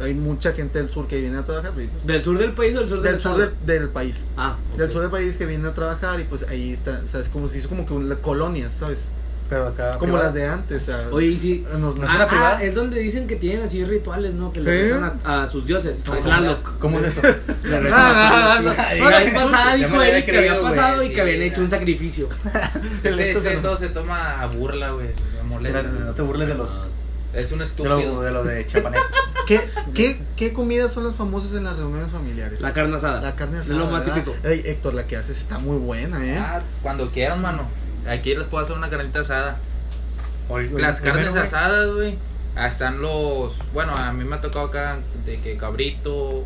Speaker 1: Hay mucha gente del sur que viene a trabajar. pues, pues,
Speaker 2: ¿Del sur del país o del sur del,
Speaker 1: del sur
Speaker 2: estado?
Speaker 1: del, del país.
Speaker 2: Ah, ok.
Speaker 1: Del sur del país que vienen a trabajar y pues ahí está. O sea, es como si es como que una colonia, ¿sabes?
Speaker 3: Pero acá.
Speaker 1: Como las de antes, o sea,
Speaker 2: Ah, Oye, y sí.
Speaker 1: nos- nos-
Speaker 2: Ah,
Speaker 3: una
Speaker 2: ah,
Speaker 3: privada?
Speaker 2: es donde dicen que tienen así rituales, ¿no? Que le
Speaker 1: ¿Eh?
Speaker 2: rezan a, a sus dioses, a
Speaker 3: Ajá.
Speaker 2: Tlaloc.
Speaker 3: ¿Cómo
Speaker 1: [LAUGHS]
Speaker 3: es eso?
Speaker 2: Le rezan a
Speaker 1: Ah,
Speaker 2: Tlaloc,
Speaker 1: ah,
Speaker 2: sí.
Speaker 1: ah,
Speaker 2: La
Speaker 1: ah,
Speaker 2: vez
Speaker 1: ah,
Speaker 2: pasada
Speaker 3: ya me
Speaker 2: dijo
Speaker 3: lo había
Speaker 2: Eric que había
Speaker 3: creído, güey.
Speaker 2: pasado y
Speaker 4: Sí,
Speaker 2: que habían
Speaker 4: ya.
Speaker 2: hecho un sacrificio.
Speaker 3: [LAUGHS]
Speaker 4: Este, este todo se toma a burla, güey. Me molesta.
Speaker 3: No, no te burles de los-
Speaker 4: Es
Speaker 3: De
Speaker 4: un
Speaker 3: lo
Speaker 4: estúpido.
Speaker 3: de, lo
Speaker 2: [LAUGHS]
Speaker 3: de Chapaneco.
Speaker 2: Ah.
Speaker 1: ¿Qué, qué, qué comidas son las famosas en las reuniones familiares?
Speaker 2: La carne asada.
Speaker 1: La carne
Speaker 2: Es
Speaker 1: asada.
Speaker 2: lo más
Speaker 1: ¿verdad?
Speaker 2: típico.
Speaker 1: Ey, Héctor, la que haces está muy buena, ¿eh?
Speaker 4: Ah, cuando quieran, mano. Aquí les puedo hacer una carnita asada.
Speaker 3: Oye, oye,
Speaker 4: Las
Speaker 3: primero,
Speaker 4: carnes
Speaker 3: güey.
Speaker 4: asadas, güey. ah, Están los. Bueno, a mí me ha tocado acá de que cabrito.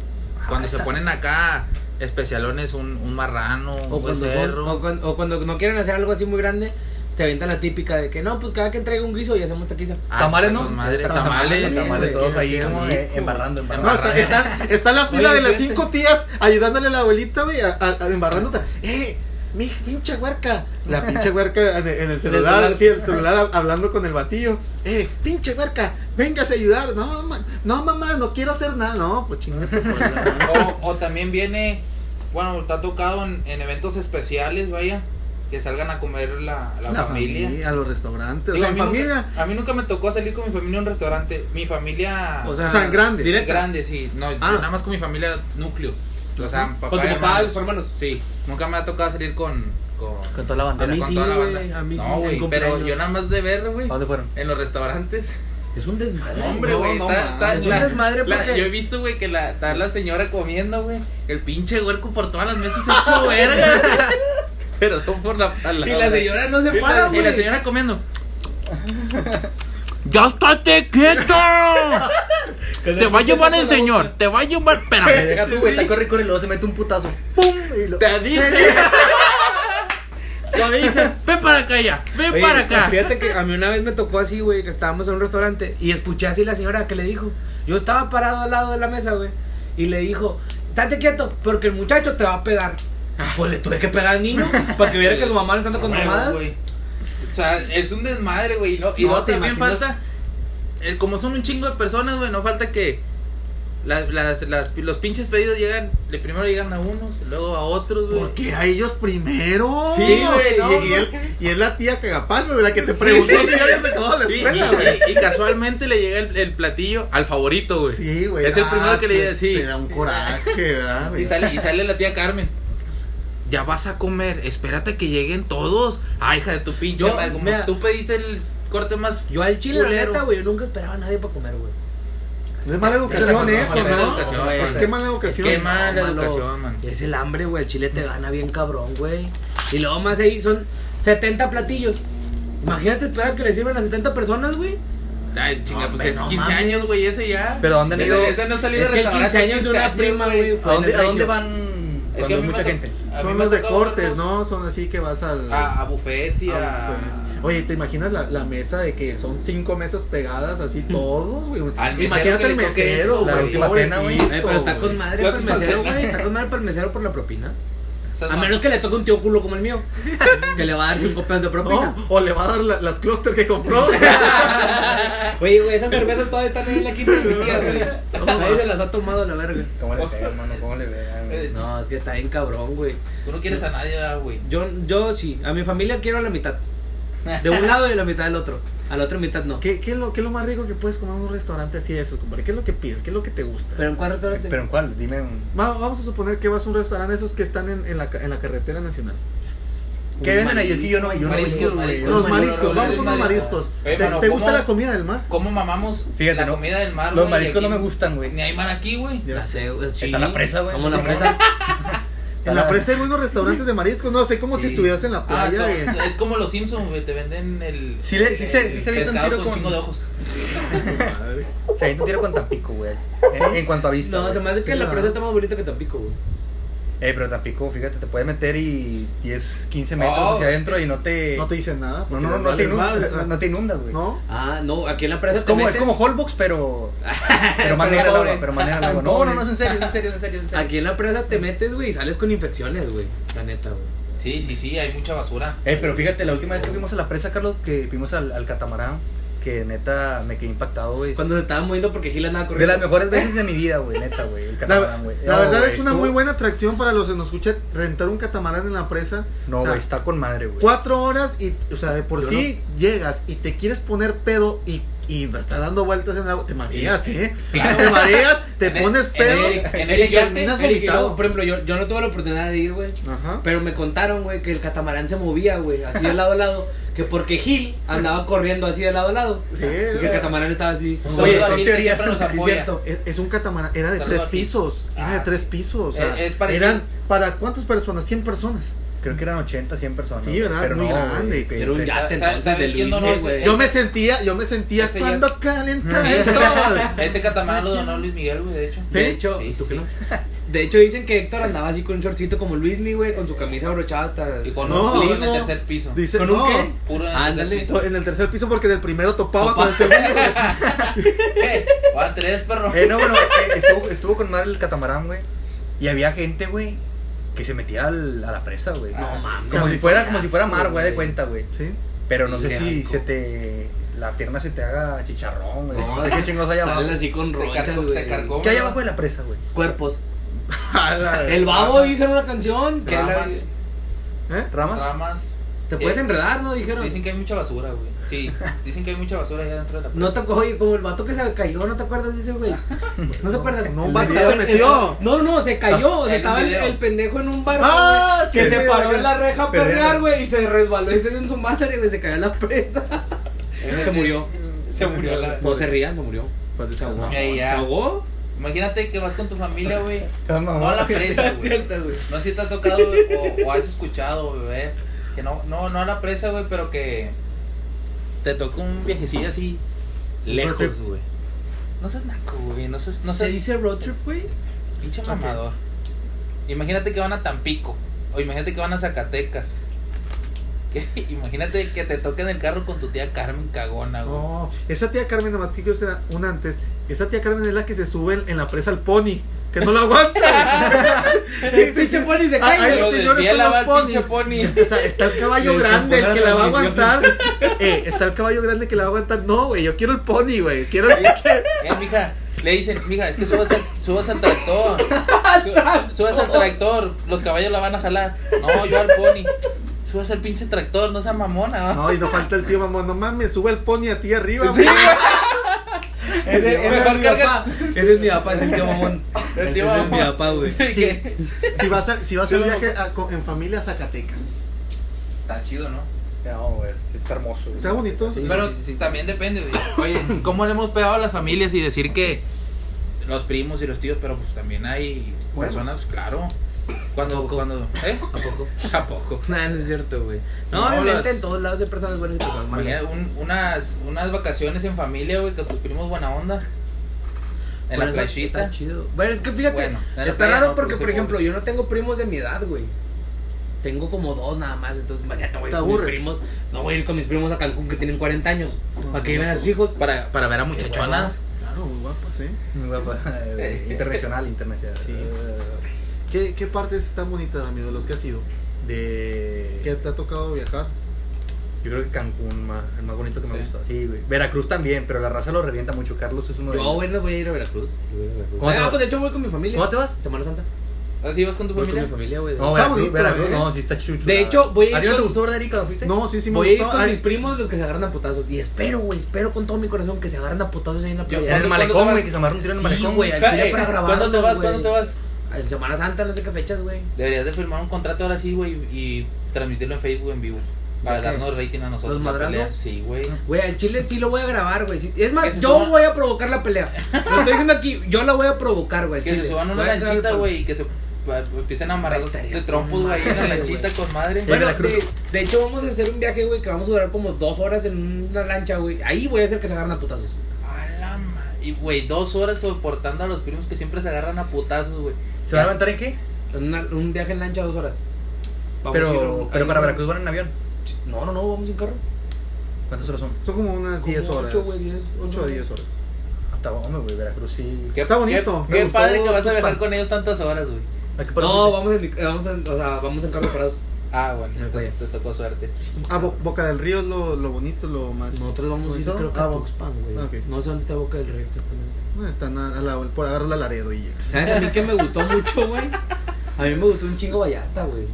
Speaker 4: Cuando
Speaker 3: Ah,
Speaker 4: se ponen acá especialones, un, un marrano,
Speaker 2: O
Speaker 4: un
Speaker 2: cuando, son-
Speaker 4: becerro.
Speaker 2: o, cuan- o cuando no quieren hacer algo así muy grande, se avienta la típica de que no, pues cada quien traiga un guiso y hacemos taquiza.
Speaker 4: Ah,
Speaker 3: Tamales, ¿no?
Speaker 4: con madre,
Speaker 2: Tamales,
Speaker 4: tamales.
Speaker 3: Tamales
Speaker 1: Sí,
Speaker 3: todos
Speaker 1: güey,
Speaker 3: ahí
Speaker 1: qué
Speaker 3: como
Speaker 1: rico.
Speaker 3: eh, embarrando,
Speaker 1: No,
Speaker 3: embarrando.
Speaker 1: está, está, está la fila
Speaker 3: Oye,
Speaker 1: de las
Speaker 3: fíjate.
Speaker 1: cinco tías ayudándole a la abuelita, güey, a, a- a- embarrándote. ¡Eh! Mi pinche huerca. La pinche huerca en, en el celular,
Speaker 2: celular.
Speaker 1: sí, el celular hab- hablando con el batillo. ¡Eh! ¡Pinche huerca! ¡Véngase a ayudar! No, ma- no mamá, no quiero hacer nada. No, pues chingate.
Speaker 4: O, o también viene, bueno, está tocado en, en eventos especiales, vaya, que salgan a comer la, la familia.
Speaker 1: a los restaurantes.
Speaker 4: Digo,
Speaker 1: o sea, en
Speaker 4: a, mí
Speaker 1: familia.
Speaker 4: nunca, a mí nunca me tocó salir con mi familia a un restaurante. Mi familia
Speaker 1: Ah. O sea, en grande.
Speaker 2: directa.
Speaker 4: grande, sí. No, yo
Speaker 2: Ah.
Speaker 4: nada más con mi familia núcleo. O sea, papá
Speaker 2: Con tu papá
Speaker 4: y
Speaker 2: y
Speaker 4: hermanos.
Speaker 2: tus hermanos.
Speaker 4: Sí, nunca me ha tocado salir con. con
Speaker 3: Con toda la
Speaker 2: A
Speaker 3: bandera.
Speaker 2: mí
Speaker 4: con
Speaker 2: sí,
Speaker 4: toda la
Speaker 2: güey,
Speaker 4: banda.
Speaker 2: a mí sí,
Speaker 4: no,
Speaker 2: en
Speaker 4: güey, pero
Speaker 2: cumpleaños.
Speaker 4: yo nada más de ver, güey,
Speaker 3: ¿A dónde fueron?
Speaker 4: en los restaurantes.
Speaker 2: Es un desmadre.
Speaker 4: No, hombre,
Speaker 1: No,
Speaker 4: güey.
Speaker 1: no
Speaker 4: está-
Speaker 1: mames.
Speaker 4: está-
Speaker 1: Es
Speaker 2: un
Speaker 4: la-
Speaker 2: desmadre
Speaker 4: la-
Speaker 2: porque-
Speaker 4: Yo he visto, güey, que la, está la señora comiendo, güey. El pinche huerco por todas las mesas
Speaker 2: [LAUGHS]
Speaker 4: hecho verga. Pero no por la palabra.
Speaker 2: Y la señora no se
Speaker 4: Y la-
Speaker 2: para,
Speaker 4: Y la
Speaker 2: güey. [LAUGHS]
Speaker 4: señora comiendo. ¡Ya estate
Speaker 2: [LAUGHS]
Speaker 4: quieto! Te va a llevar el señor, te va a llevar.
Speaker 3: Me
Speaker 2: [LAUGHS]
Speaker 4: Espérame.
Speaker 3: deja tú, güey, está corre, corre, y luego se mete un putazo. ¡Pum! Y lo...
Speaker 4: Te dije. [LAUGHS] Lo dije. Ven para acá ya, ven
Speaker 2: Oye,
Speaker 4: para acá.
Speaker 2: Fíjate que a mí una vez me tocó así, güey, que estábamos en un restaurante y escuché así la señora que le dijo. Yo estaba parado al lado de la mesa, güey, y le dijo, estate quieto, porque el muchacho te va a pegar. Pues le tuve que pegar al niño para que viera que su mamá no está andando con
Speaker 4: Ah. [LAUGHS] Huevo,
Speaker 2: mamadas.
Speaker 4: güey. O sea, es un desmadre, güey. Y, no, y
Speaker 1: No,
Speaker 4: luego
Speaker 1: ¿te
Speaker 4: también
Speaker 1: imaginas?
Speaker 4: falta. eh, como son un chingo de personas, güey, no falta que. las- las- las- los pinches pedidos llegan. De primero llegan a unos, luego a otros, güey.
Speaker 1: Porque a ellos primero.
Speaker 4: Sí, güey, no,
Speaker 1: y, y él- y es la tía cagapalo, de la que te preguntó si ya habías acabado la
Speaker 4: Sí, y,
Speaker 1: escuela, güey.
Speaker 4: y- y casualmente le llega el, el platillo al favorito, güey.
Speaker 1: Sí, güey. Ah,
Speaker 4: Es el primero que le
Speaker 1: te-
Speaker 4: llega, sí.
Speaker 1: Te da un coraje, ¿verdad? güey?
Speaker 4: Y sale, y sale la tía Carmen. Ya vas a comer, espérate que lleguen todos. Ay, hija de tu pinche
Speaker 2: Yo,
Speaker 4: madre, como
Speaker 2: mira.
Speaker 4: tú pediste el corte más.
Speaker 2: Yo al chile,
Speaker 4: Culero.
Speaker 2: la neta, güey, yo nunca esperaba a nadie para comer, güey.
Speaker 1: Es mala educación
Speaker 3: Qué
Speaker 1: eso,
Speaker 4: mala
Speaker 1: ¿no?
Speaker 4: educación,
Speaker 1: Pues
Speaker 4: güey.
Speaker 1: qué mala educación.
Speaker 4: Qué mala
Speaker 2: No, malo.
Speaker 4: educación, man.
Speaker 2: Es el hambre, güey. El chile te gana bien cabrón, güey. Y luego más ahí son 70 platillos. Imagínate esperar que le sirvan a 70 personas, güey.
Speaker 4: Ay, chinga, pues
Speaker 2: Hombre,
Speaker 4: es
Speaker 2: no
Speaker 4: 15
Speaker 2: mames.
Speaker 4: años, güey, ese ya.
Speaker 3: Pero ¿dónde han
Speaker 4: Ese-
Speaker 3: ido?
Speaker 4: Ese no salió
Speaker 2: Es
Speaker 4: de
Speaker 2: que el 15 años de una
Speaker 4: restaurante,
Speaker 2: prima, güey.
Speaker 3: ¿A dónde,
Speaker 2: en
Speaker 3: ¿A
Speaker 2: el
Speaker 3: dónde
Speaker 2: regio.
Speaker 3: van
Speaker 4: Es que
Speaker 3: cuando
Speaker 4: a
Speaker 3: hay
Speaker 4: mí me
Speaker 3: mucha
Speaker 4: to-
Speaker 3: gente?
Speaker 4: a mí
Speaker 1: Son
Speaker 4: me
Speaker 1: los de
Speaker 4: tocó verlos
Speaker 1: cortes, ¿no? Son así que vas al.
Speaker 4: A, a buffets y Ah, a.
Speaker 1: al buffet. Oye, ¿te imaginas la, la mesa de que son cinco mesas pegadas
Speaker 4: [LAUGHS]
Speaker 1: así todos, güey?
Speaker 4: Al mesero
Speaker 1: Imagínate
Speaker 4: que
Speaker 1: el
Speaker 4: le toque
Speaker 1: mesero,
Speaker 4: eso,
Speaker 1: güey.
Speaker 4: la
Speaker 3: última cena, güey.
Speaker 1: pobrecito,
Speaker 2: Ay, pero está con
Speaker 1: güey.
Speaker 2: madre
Speaker 3: La
Speaker 2: para el
Speaker 3: última
Speaker 2: mesero,
Speaker 3: cena.
Speaker 2: güey. Está con madre para el mesero por la propina.
Speaker 4: esas
Speaker 2: A
Speaker 4: mam-
Speaker 2: menos que le toque un tío culo como el mío. Que le va a dar 5 pesos de propina.
Speaker 1: No, o le va a dar la- las clúster que
Speaker 4: [LAUGHS]
Speaker 1: compró. [LAUGHS]
Speaker 2: Oye, güey, esas cervezas todavía están ahí en la quinta de mi tía, güey. Nadie se las ha tomado la verga.
Speaker 3: ¿Cómo le pegan, mano? ¿Cómo le pegan? güey?
Speaker 4: Eh,
Speaker 2: No, es que está bien cabrón, güey.
Speaker 4: Tú no quieres a nadie, ah, güey.
Speaker 2: Yo, yo sí, a mi familia quiero a la mitad. De un lado y a la mitad del otro. A la otra mitad no.
Speaker 1: ¿Qué, qué, es lo, ¿Qué es lo más rico que puedes comer en un restaurante así de esos, compadre? ¿Qué es lo que pides? ¿Qué es lo que te gusta?
Speaker 2: Pero en cuál restaurante.
Speaker 3: ¿Pero en cuál? Dime un...
Speaker 1: Va- vamos a suponer que vas a un restaurante de esos que están en, en la, ca- en la carretera nacional.
Speaker 3: ¿Qué venden ahí? Es que yo no, yo no he
Speaker 4: Mariscos,
Speaker 3: ido, güey.
Speaker 4: mariscos.
Speaker 1: Los
Speaker 4: marisco,
Speaker 1: mariscos,
Speaker 4: los
Speaker 1: vamos a unos
Speaker 4: mariscos.
Speaker 1: mariscos.
Speaker 4: Oye,
Speaker 1: ¿Te,
Speaker 4: mano,
Speaker 1: te gusta
Speaker 4: ¿cómo?
Speaker 1: la comida del mar?
Speaker 4: ¿Cómo mamamos
Speaker 3: Fíjate,
Speaker 4: la
Speaker 3: ¿no?
Speaker 4: comida del mar,
Speaker 3: Los
Speaker 4: güey?
Speaker 3: mariscos
Speaker 4: Y
Speaker 3: no
Speaker 4: aquí
Speaker 3: me gustan, güey.
Speaker 4: Ni hay mar aquí, güey.
Speaker 1: Ya
Speaker 2: La
Speaker 1: sé.
Speaker 2: sé, güey, sí.
Speaker 3: Está la presa, güey.
Speaker 2: Como la presa.
Speaker 1: En la presa hay unos restaurantes de mariscos, no sé, como
Speaker 2: Sí.
Speaker 1: si estuvieras en la
Speaker 4: Ah,
Speaker 1: playa.
Speaker 4: [LAUGHS] son-
Speaker 1: güey.
Speaker 4: es como los Simpsons, güey. Te venden el.
Speaker 3: Sí le- sí se-
Speaker 4: el
Speaker 3: sí se avienta un tiro
Speaker 4: pescado con
Speaker 3: con-
Speaker 4: chingo de ojos.
Speaker 3: O sea, ahí no tiro con Tampico, güey. En, en cuanto a vista.
Speaker 2: No,
Speaker 3: güey.
Speaker 2: se me hace que
Speaker 1: Sí,
Speaker 2: la
Speaker 1: no.
Speaker 2: presa está más bonita que Tampico, güey.
Speaker 3: Eh, pero Tampico, fíjate, te puede meter y 10, 15 metros
Speaker 4: Oh.
Speaker 3: hacia adentro y no te.
Speaker 1: No te dicen nada.
Speaker 3: no,
Speaker 1: porque
Speaker 3: no, no,
Speaker 1: les
Speaker 3: te
Speaker 1: vale madre,
Speaker 3: inundas, no, no te inundas, güey.
Speaker 1: ¿No?
Speaker 2: Ah, no, aquí en la presa
Speaker 3: Es como,
Speaker 2: te
Speaker 3: es
Speaker 2: metes-
Speaker 3: como Holbox, pero. Pero manera el
Speaker 2: pobre.
Speaker 3: agua, pero manera el agua. No,
Speaker 2: Pobre.
Speaker 3: no, no, es en serio, es en serio, es en serio. es en serio.
Speaker 2: Aquí en la presa te metes, güey, y sales con infecciones, güey. La neta, güey.
Speaker 4: Sí, sí, sí, hay mucha basura.
Speaker 3: Eh, pero fíjate, la última vez que fuimos a la presa, Carlos, que fuimos al, al catamarán, que neta me quedé impactado, güey.
Speaker 2: Cuando se estaban moviendo porque Gil andaba
Speaker 3: De
Speaker 2: corriendo.
Speaker 3: las mejores veces de mi vida, güey, neta, güey. El
Speaker 1: La,
Speaker 3: catamarán, güey.
Speaker 1: la
Speaker 3: No,
Speaker 1: verdad
Speaker 3: güey,
Speaker 1: es una
Speaker 3: estuvo-
Speaker 1: muy buena atracción para los que nos escuchan rentar un catamarán en la presa.
Speaker 3: No,
Speaker 1: O sea,
Speaker 3: güey, está con madre, güey.
Speaker 1: Cuatro horas y, o sea, de por
Speaker 3: Yo
Speaker 1: sí llegas y te quieres poner pedo y, y estás dando vueltas en el agua. Te mareas, ¿eh? Te mareas, te
Speaker 4: En el-
Speaker 1: pones
Speaker 4: en
Speaker 1: pedo
Speaker 4: el- en el
Speaker 1: y
Speaker 4: yate,
Speaker 1: terminas
Speaker 2: Eric, y luego,
Speaker 1: vomitado.
Speaker 2: por ejemplo, yo, yo no tuve la oportunidad de ir, güey.
Speaker 1: Ajá.
Speaker 2: Pero me contaron, güey, que el catamarán se movía, güey, así de lado a lado. Que porque Gil andaba corriendo así de lado a lado.
Speaker 1: Sí.
Speaker 2: Y que el catamarán estaba así.
Speaker 4: Un
Speaker 1: Oye,
Speaker 4: saludo a
Speaker 1: son
Speaker 4: Gil que
Speaker 3: teorías,
Speaker 4: siempre nos
Speaker 2: sí,
Speaker 4: apoya.
Speaker 2: cierto.
Speaker 1: Es, es un catamarán, era de
Speaker 4: Saludo
Speaker 1: tres
Speaker 4: a ti.
Speaker 1: pisos, era de
Speaker 4: Ah.
Speaker 1: tres pisos, o sea,
Speaker 4: Eh, eh, parecía-
Speaker 1: eran para cuántas personas, 100 personas.
Speaker 3: Creo que eran 80, 100 personas.
Speaker 1: Sí, ¿verdad?
Speaker 3: Pero
Speaker 1: Muy
Speaker 3: no,
Speaker 1: grande.
Speaker 3: güey,
Speaker 2: Era un yate
Speaker 4: ¿Sabes-
Speaker 2: entonces
Speaker 4: sabes
Speaker 2: de
Speaker 4: quién
Speaker 2: Luis.
Speaker 4: donó,
Speaker 2: Miguel,
Speaker 4: güey?
Speaker 2: güey.
Speaker 1: Yo me sentía, yo me sentía
Speaker 4: ese
Speaker 1: cuando calienta el
Speaker 4: Ese-
Speaker 1: sol.
Speaker 4: Ese catamarán lo donó Luis Miguel, güey, de hecho.
Speaker 1: Sí.
Speaker 2: De hecho,
Speaker 4: Sí,
Speaker 2: ¿tú
Speaker 4: sí,
Speaker 2: qué
Speaker 4: sí.
Speaker 2: no? De hecho dicen que Héctor andaba así con un shortcito como Luis mi güey, con su camisa abrochada hasta
Speaker 4: Y con
Speaker 1: No,
Speaker 4: un puro en el
Speaker 2: no.
Speaker 4: tercer piso.
Speaker 1: [LAUGHS] Dice,
Speaker 2: con
Speaker 1: no,
Speaker 2: un qué?
Speaker 4: Puro en el
Speaker 2: Ándale. [LAUGHS]
Speaker 4: tercer
Speaker 1: no, en el tercer piso porque en el primero topaba
Speaker 2: Topa.
Speaker 1: con el segundo.
Speaker 4: Eh, Van tres, perro.
Speaker 3: Eh, no, bueno, eh, estuvo, estuvo con madre el catamarán, güey. Y había gente, güey, que se metía al- a la presa, güey.
Speaker 4: No
Speaker 2: mames.
Speaker 3: Como si fuera, como si fuera mar, güey, de
Speaker 2: Ah, Asco,
Speaker 3: cuenta, güey.
Speaker 1: Sí.
Speaker 4: [LAUGHS]
Speaker 3: Pero no sé
Speaker 2: Qué
Speaker 3: si
Speaker 2: asco.
Speaker 3: se te. La pierna se te haga chicharrón, güey. No,
Speaker 2: No,
Speaker 3: sé qué chingos hay abajo.
Speaker 2: Salen así con
Speaker 4: Te
Speaker 2: ronchas,
Speaker 4: cargó- te
Speaker 2: güey.
Speaker 4: cargó.
Speaker 3: ¿Qué hay abajo de la presa, güey?
Speaker 2: Cuerpos.
Speaker 1: A la-
Speaker 2: [LAUGHS] El babo dice en una canción que la-
Speaker 4: Ramas,
Speaker 1: ¿Eh?
Speaker 3: ¿Ramas?
Speaker 4: ramas.
Speaker 2: te puedes
Speaker 4: Sí.
Speaker 2: enredar, ¿no? Dijeron.
Speaker 4: Dicen que hay mucha basura,
Speaker 2: [LAUGHS]
Speaker 4: güey. Sí, dicen que hay mucha basura allá dentro de la presa.
Speaker 2: No te oye, como el vato que se cayó, ¿no te acuerdas de ese
Speaker 4: [LAUGHS]
Speaker 2: güey? No se acuerdan.
Speaker 1: No,
Speaker 2: El
Speaker 1: un vato
Speaker 2: vato-
Speaker 1: se metió.
Speaker 2: No, no, se cayó. O sea,
Speaker 4: En
Speaker 2: estaba
Speaker 4: un
Speaker 2: el,
Speaker 4: video.
Speaker 2: el pendejo en un bar
Speaker 1: Ah,
Speaker 2: güey, que
Speaker 1: sí,
Speaker 2: se
Speaker 1: sí,
Speaker 2: paró
Speaker 1: sí.
Speaker 2: en la reja a
Speaker 3: Perreando.
Speaker 2: perrear, güey, y se resbaló y se dio en su madre, güey, se cayó en la presa.
Speaker 4: Eh,
Speaker 2: se murió.
Speaker 4: Se murió la.
Speaker 2: No se rían, se murió.
Speaker 1: Pues
Speaker 2: Se
Speaker 1: dice,
Speaker 2: ahogó.
Speaker 1: no.
Speaker 4: Sí, ahí ya.
Speaker 2: ¿Se ahogó?
Speaker 4: Imagínate que vas con tu familia,
Speaker 2: [LAUGHS]
Speaker 4: güey.
Speaker 3: Ah, mamá.
Speaker 4: No a la presa,
Speaker 2: Es
Speaker 4: güey.
Speaker 2: cierto, güey.
Speaker 4: No sé si te ha tocado güey, o, o has escuchado, güey. eh, Que no, no, no a la presa, güey, pero que te tocó un viajecillo así lejos, güey. No seas naco, güey. No seas, no
Speaker 2: ¿Se
Speaker 4: seas
Speaker 2: dice road trip, güey?
Speaker 4: pinche mamador. Imagínate que van a Tampico. O imagínate que van a Zacatecas. [LAUGHS] Imagínate que te toquen el carro con tu tía Carmen Cagona, güey.
Speaker 1: No, esa tía Carmen, nomás que quiero hacer un antes. Esa tía Carmen es la que se sube en la presa al pony, que no lo aguanta.
Speaker 2: [LAUGHS] Sí, pinche pony se
Speaker 1: Hay-
Speaker 2: cae,
Speaker 1: hay
Speaker 4: Ah, lo
Speaker 1: los señores
Speaker 4: desvía
Speaker 1: con
Speaker 4: la
Speaker 1: los
Speaker 4: va el pinche
Speaker 1: ponis.
Speaker 4: pony.
Speaker 1: Es que está, está el caballo
Speaker 2: Les
Speaker 1: grande, el
Speaker 2: descompone
Speaker 1: que
Speaker 2: la
Speaker 1: la va a
Speaker 2: transmisión.
Speaker 1: aguantar. Eh, está el caballo grande que la va a aguantar. No, güey, yo quiero el pony, güey. Quiero el [LAUGHS]
Speaker 4: Eh, mija, le dicen, mija, es que subas al, subas al tractor. Su- subas al tractor, los caballos la van a jalar. No, yo al pony. Subas al pinche tractor, no sea mamona. ¿va? [LAUGHS]
Speaker 1: No, y no falta el tío mamón. No mames, sube el pony a ti arriba,
Speaker 2: Sí,
Speaker 1: güey.
Speaker 2: [LAUGHS] Ese, ese
Speaker 4: Mejor
Speaker 2: es mi
Speaker 4: carga-
Speaker 2: papá. Ese es mi papá, es el tío mamón.
Speaker 4: El
Speaker 2: Ese
Speaker 4: tío
Speaker 2: es mi
Speaker 4: mamón.
Speaker 2: papá, güey.
Speaker 1: Sí,
Speaker 4: Que-
Speaker 1: si vas a, si vas
Speaker 4: Yo
Speaker 1: al
Speaker 4: lo-
Speaker 1: viaje a- con- en familia a Zacatecas.
Speaker 4: Está chido, ¿no?
Speaker 3: No, güey, sí está hermoso. güey.
Speaker 1: Está bonito.
Speaker 3: Sí,
Speaker 4: Pero
Speaker 3: sí, sí, sí.
Speaker 4: también depende, güey. Oye, ¿cómo le hemos pegado a las familias y decir que los primos y los tíos, pero pues también hay
Speaker 1: Buenos.
Speaker 4: personas, claro. Cuando, cuando, ¿eh? [LAUGHS]
Speaker 2: ¿A poco?
Speaker 4: ¿A poco?
Speaker 2: Nah, no es cierto, güey. No,
Speaker 4: No,
Speaker 2: obviamente
Speaker 4: las-
Speaker 2: en todos lados hay personas buenas y personas
Speaker 4: Imagina
Speaker 2: malas.
Speaker 4: un- unas, unas vacaciones en familia, güey, con tus primos buena onda. En
Speaker 2: Bueno,
Speaker 4: la
Speaker 2: eso
Speaker 4: playita.
Speaker 2: Está chido. Bueno, es que fíjate,
Speaker 4: Bueno, en la
Speaker 2: está
Speaker 4: playa
Speaker 2: raro
Speaker 4: no,
Speaker 2: porque,
Speaker 4: porque
Speaker 2: por
Speaker 4: se
Speaker 2: ejemplo,
Speaker 4: pone.
Speaker 2: yo no tengo primos de mi edad, güey. Tengo como dos nada más, entonces mañana voy a ir
Speaker 1: Te
Speaker 2: con mis
Speaker 1: aburres.
Speaker 2: primos. No voy a ir con mis primos a Cancún que tienen 40 años.
Speaker 1: No,
Speaker 2: para que
Speaker 1: no,
Speaker 2: lleven a sus hijos.
Speaker 4: Para, para ver a muchachonas.
Speaker 1: Claro, muy guapas, ¿eh?
Speaker 3: Muy guapa. [LAUGHS] eh, Internacional, internacional.
Speaker 1: Sí.
Speaker 3: Eh,
Speaker 1: ¿Qué, qué partes están bonitas, amigo, de los que has ido?
Speaker 3: De.
Speaker 1: ¿Qué te ha tocado viajar?
Speaker 3: Yo creo que Cancún, más, el más bonito que me
Speaker 4: Sí.
Speaker 3: gustó. Sí, güey. Veracruz también, pero la raza lo revienta mucho. Carlos es uno de
Speaker 2: Yo,
Speaker 3: ellos.
Speaker 2: güey, no voy a ir a Veracruz. Yo voy a ir a Veracruz.
Speaker 3: ¿Cómo te
Speaker 2: Ah,
Speaker 3: vas?
Speaker 2: pues de hecho voy con mi familia.
Speaker 3: ¿Cómo te Oh, vas?
Speaker 2: Semana Santa.
Speaker 4: ¿Así vas con tu
Speaker 2: Voy con mi
Speaker 4: familia?
Speaker 2: familia, güey.
Speaker 3: No,
Speaker 1: Está
Speaker 3: Veracruz,
Speaker 1: bonito,
Speaker 3: Veracruz,
Speaker 1: ¿eh?
Speaker 3: no, sí está chulo.
Speaker 2: De hecho, voy a ir
Speaker 3: ¿A ti no
Speaker 2: con-
Speaker 3: te gustó Veracruz cuando fuiste?
Speaker 1: No, sí, sí me
Speaker 2: Voy a ir
Speaker 1: gustó.
Speaker 2: con
Speaker 1: Ay,
Speaker 2: mis primos los que se agarran a putazos. Y espero, güey, espero con todo mi corazón que se agarren a putazos ahí en la
Speaker 4: Yo-
Speaker 3: En
Speaker 2: playa.
Speaker 3: el
Speaker 4: ¿Cuándo-
Speaker 3: malecón,
Speaker 4: cuándo
Speaker 3: güey,
Speaker 4: vas?
Speaker 3: que se amarró un tiro en el
Speaker 2: Sí,
Speaker 3: malecón.
Speaker 2: güey, al
Speaker 4: Ca-
Speaker 2: chile
Speaker 4: eh,
Speaker 2: para grabar.
Speaker 4: ¿Cuándo te vas? ¿Cuándo te vas?
Speaker 2: En Semana Santa, no sé qué fechas, güey.
Speaker 4: Deberías de firmar un contrato ahora sí, güey, y transmitirlo en Facebook en vivo. Para
Speaker 2: ¿De qué?
Speaker 4: darnos rating a nosotros.
Speaker 2: ¿Los
Speaker 4: la
Speaker 2: madrazos? Ah.
Speaker 4: pelea. Sí, güey.
Speaker 2: Güey, al chile sí lo voy a grabar, güey. Sí- Es más,
Speaker 4: Que se
Speaker 2: yo
Speaker 4: suba-
Speaker 2: voy a provocar la pelea. Lo estoy diciendo aquí, yo la voy a provocar, güey. al
Speaker 4: Que
Speaker 2: chile.
Speaker 4: se suban a una
Speaker 2: Voy a cagar
Speaker 4: lanchita,
Speaker 2: el palo.
Speaker 4: güey, y que se pa- empiecen a amarrar
Speaker 2: Estaría
Speaker 4: de trompos,
Speaker 2: con
Speaker 4: güey, ahí en la
Speaker 2: madre,
Speaker 4: lanchita
Speaker 2: güey.
Speaker 4: con madre.
Speaker 2: Bueno,
Speaker 3: Veracruz.
Speaker 2: de, de hecho vamos a hacer un viaje, güey, que vamos a durar como dos horas en una lancha, güey. Ahí voy a hacer que se agarren a putazos.
Speaker 4: A la ma- Y, güey, dos horas soportando a los primos que siempre se agarran a putazos, güey.
Speaker 3: ¿Se va a levantar en qué?
Speaker 2: En una- un viaje en lancha dos horas. Vamos a ir
Speaker 3: Pero,
Speaker 2: a-
Speaker 3: pero
Speaker 2: a-
Speaker 3: para Veracruz van en avión.
Speaker 2: No, no, no, vamos en carro.
Speaker 3: ¿Cuántas horas son?
Speaker 1: Son como unas
Speaker 2: Como
Speaker 1: 10 horas.
Speaker 2: ocho, güey, diez,
Speaker 1: 8 a
Speaker 2: ocho.
Speaker 1: 10 horas.
Speaker 3: Hasta vamos, güey, Veracruz sí.
Speaker 4: Qué-
Speaker 1: Está bonito,
Speaker 4: Qué,
Speaker 1: me
Speaker 4: qué
Speaker 1: gustó
Speaker 4: padre que vas a
Speaker 1: tus
Speaker 4: viajar
Speaker 1: pa-
Speaker 4: con ellos tantas horas, güey.
Speaker 3: ¿A qué parte
Speaker 2: No,
Speaker 3: fuiste?
Speaker 2: vamos en, eh, vamos en, o sea, vamos en carro parados.
Speaker 4: Ah, bueno,
Speaker 2: Me
Speaker 4: te,
Speaker 2: fue.
Speaker 4: te tocó suerte.
Speaker 1: Ah, Bo- Boca del Río es lo, lo bonito, lo más.
Speaker 2: Nosotros vamos a ir,
Speaker 1: bonito.
Speaker 2: creo que
Speaker 1: Ah,
Speaker 2: a
Speaker 1: Bo-
Speaker 2: Tuxpan, güey.
Speaker 1: Ah, ok.
Speaker 2: No sé dónde está Boca del Río exactamente.
Speaker 1: No, están a, a la, por agarrar la Laredo y ya.
Speaker 2: ¿Sabes a mí que me gustó mucho, güey? [LAUGHS] A mí me gustó un chingo Vallarta, güey.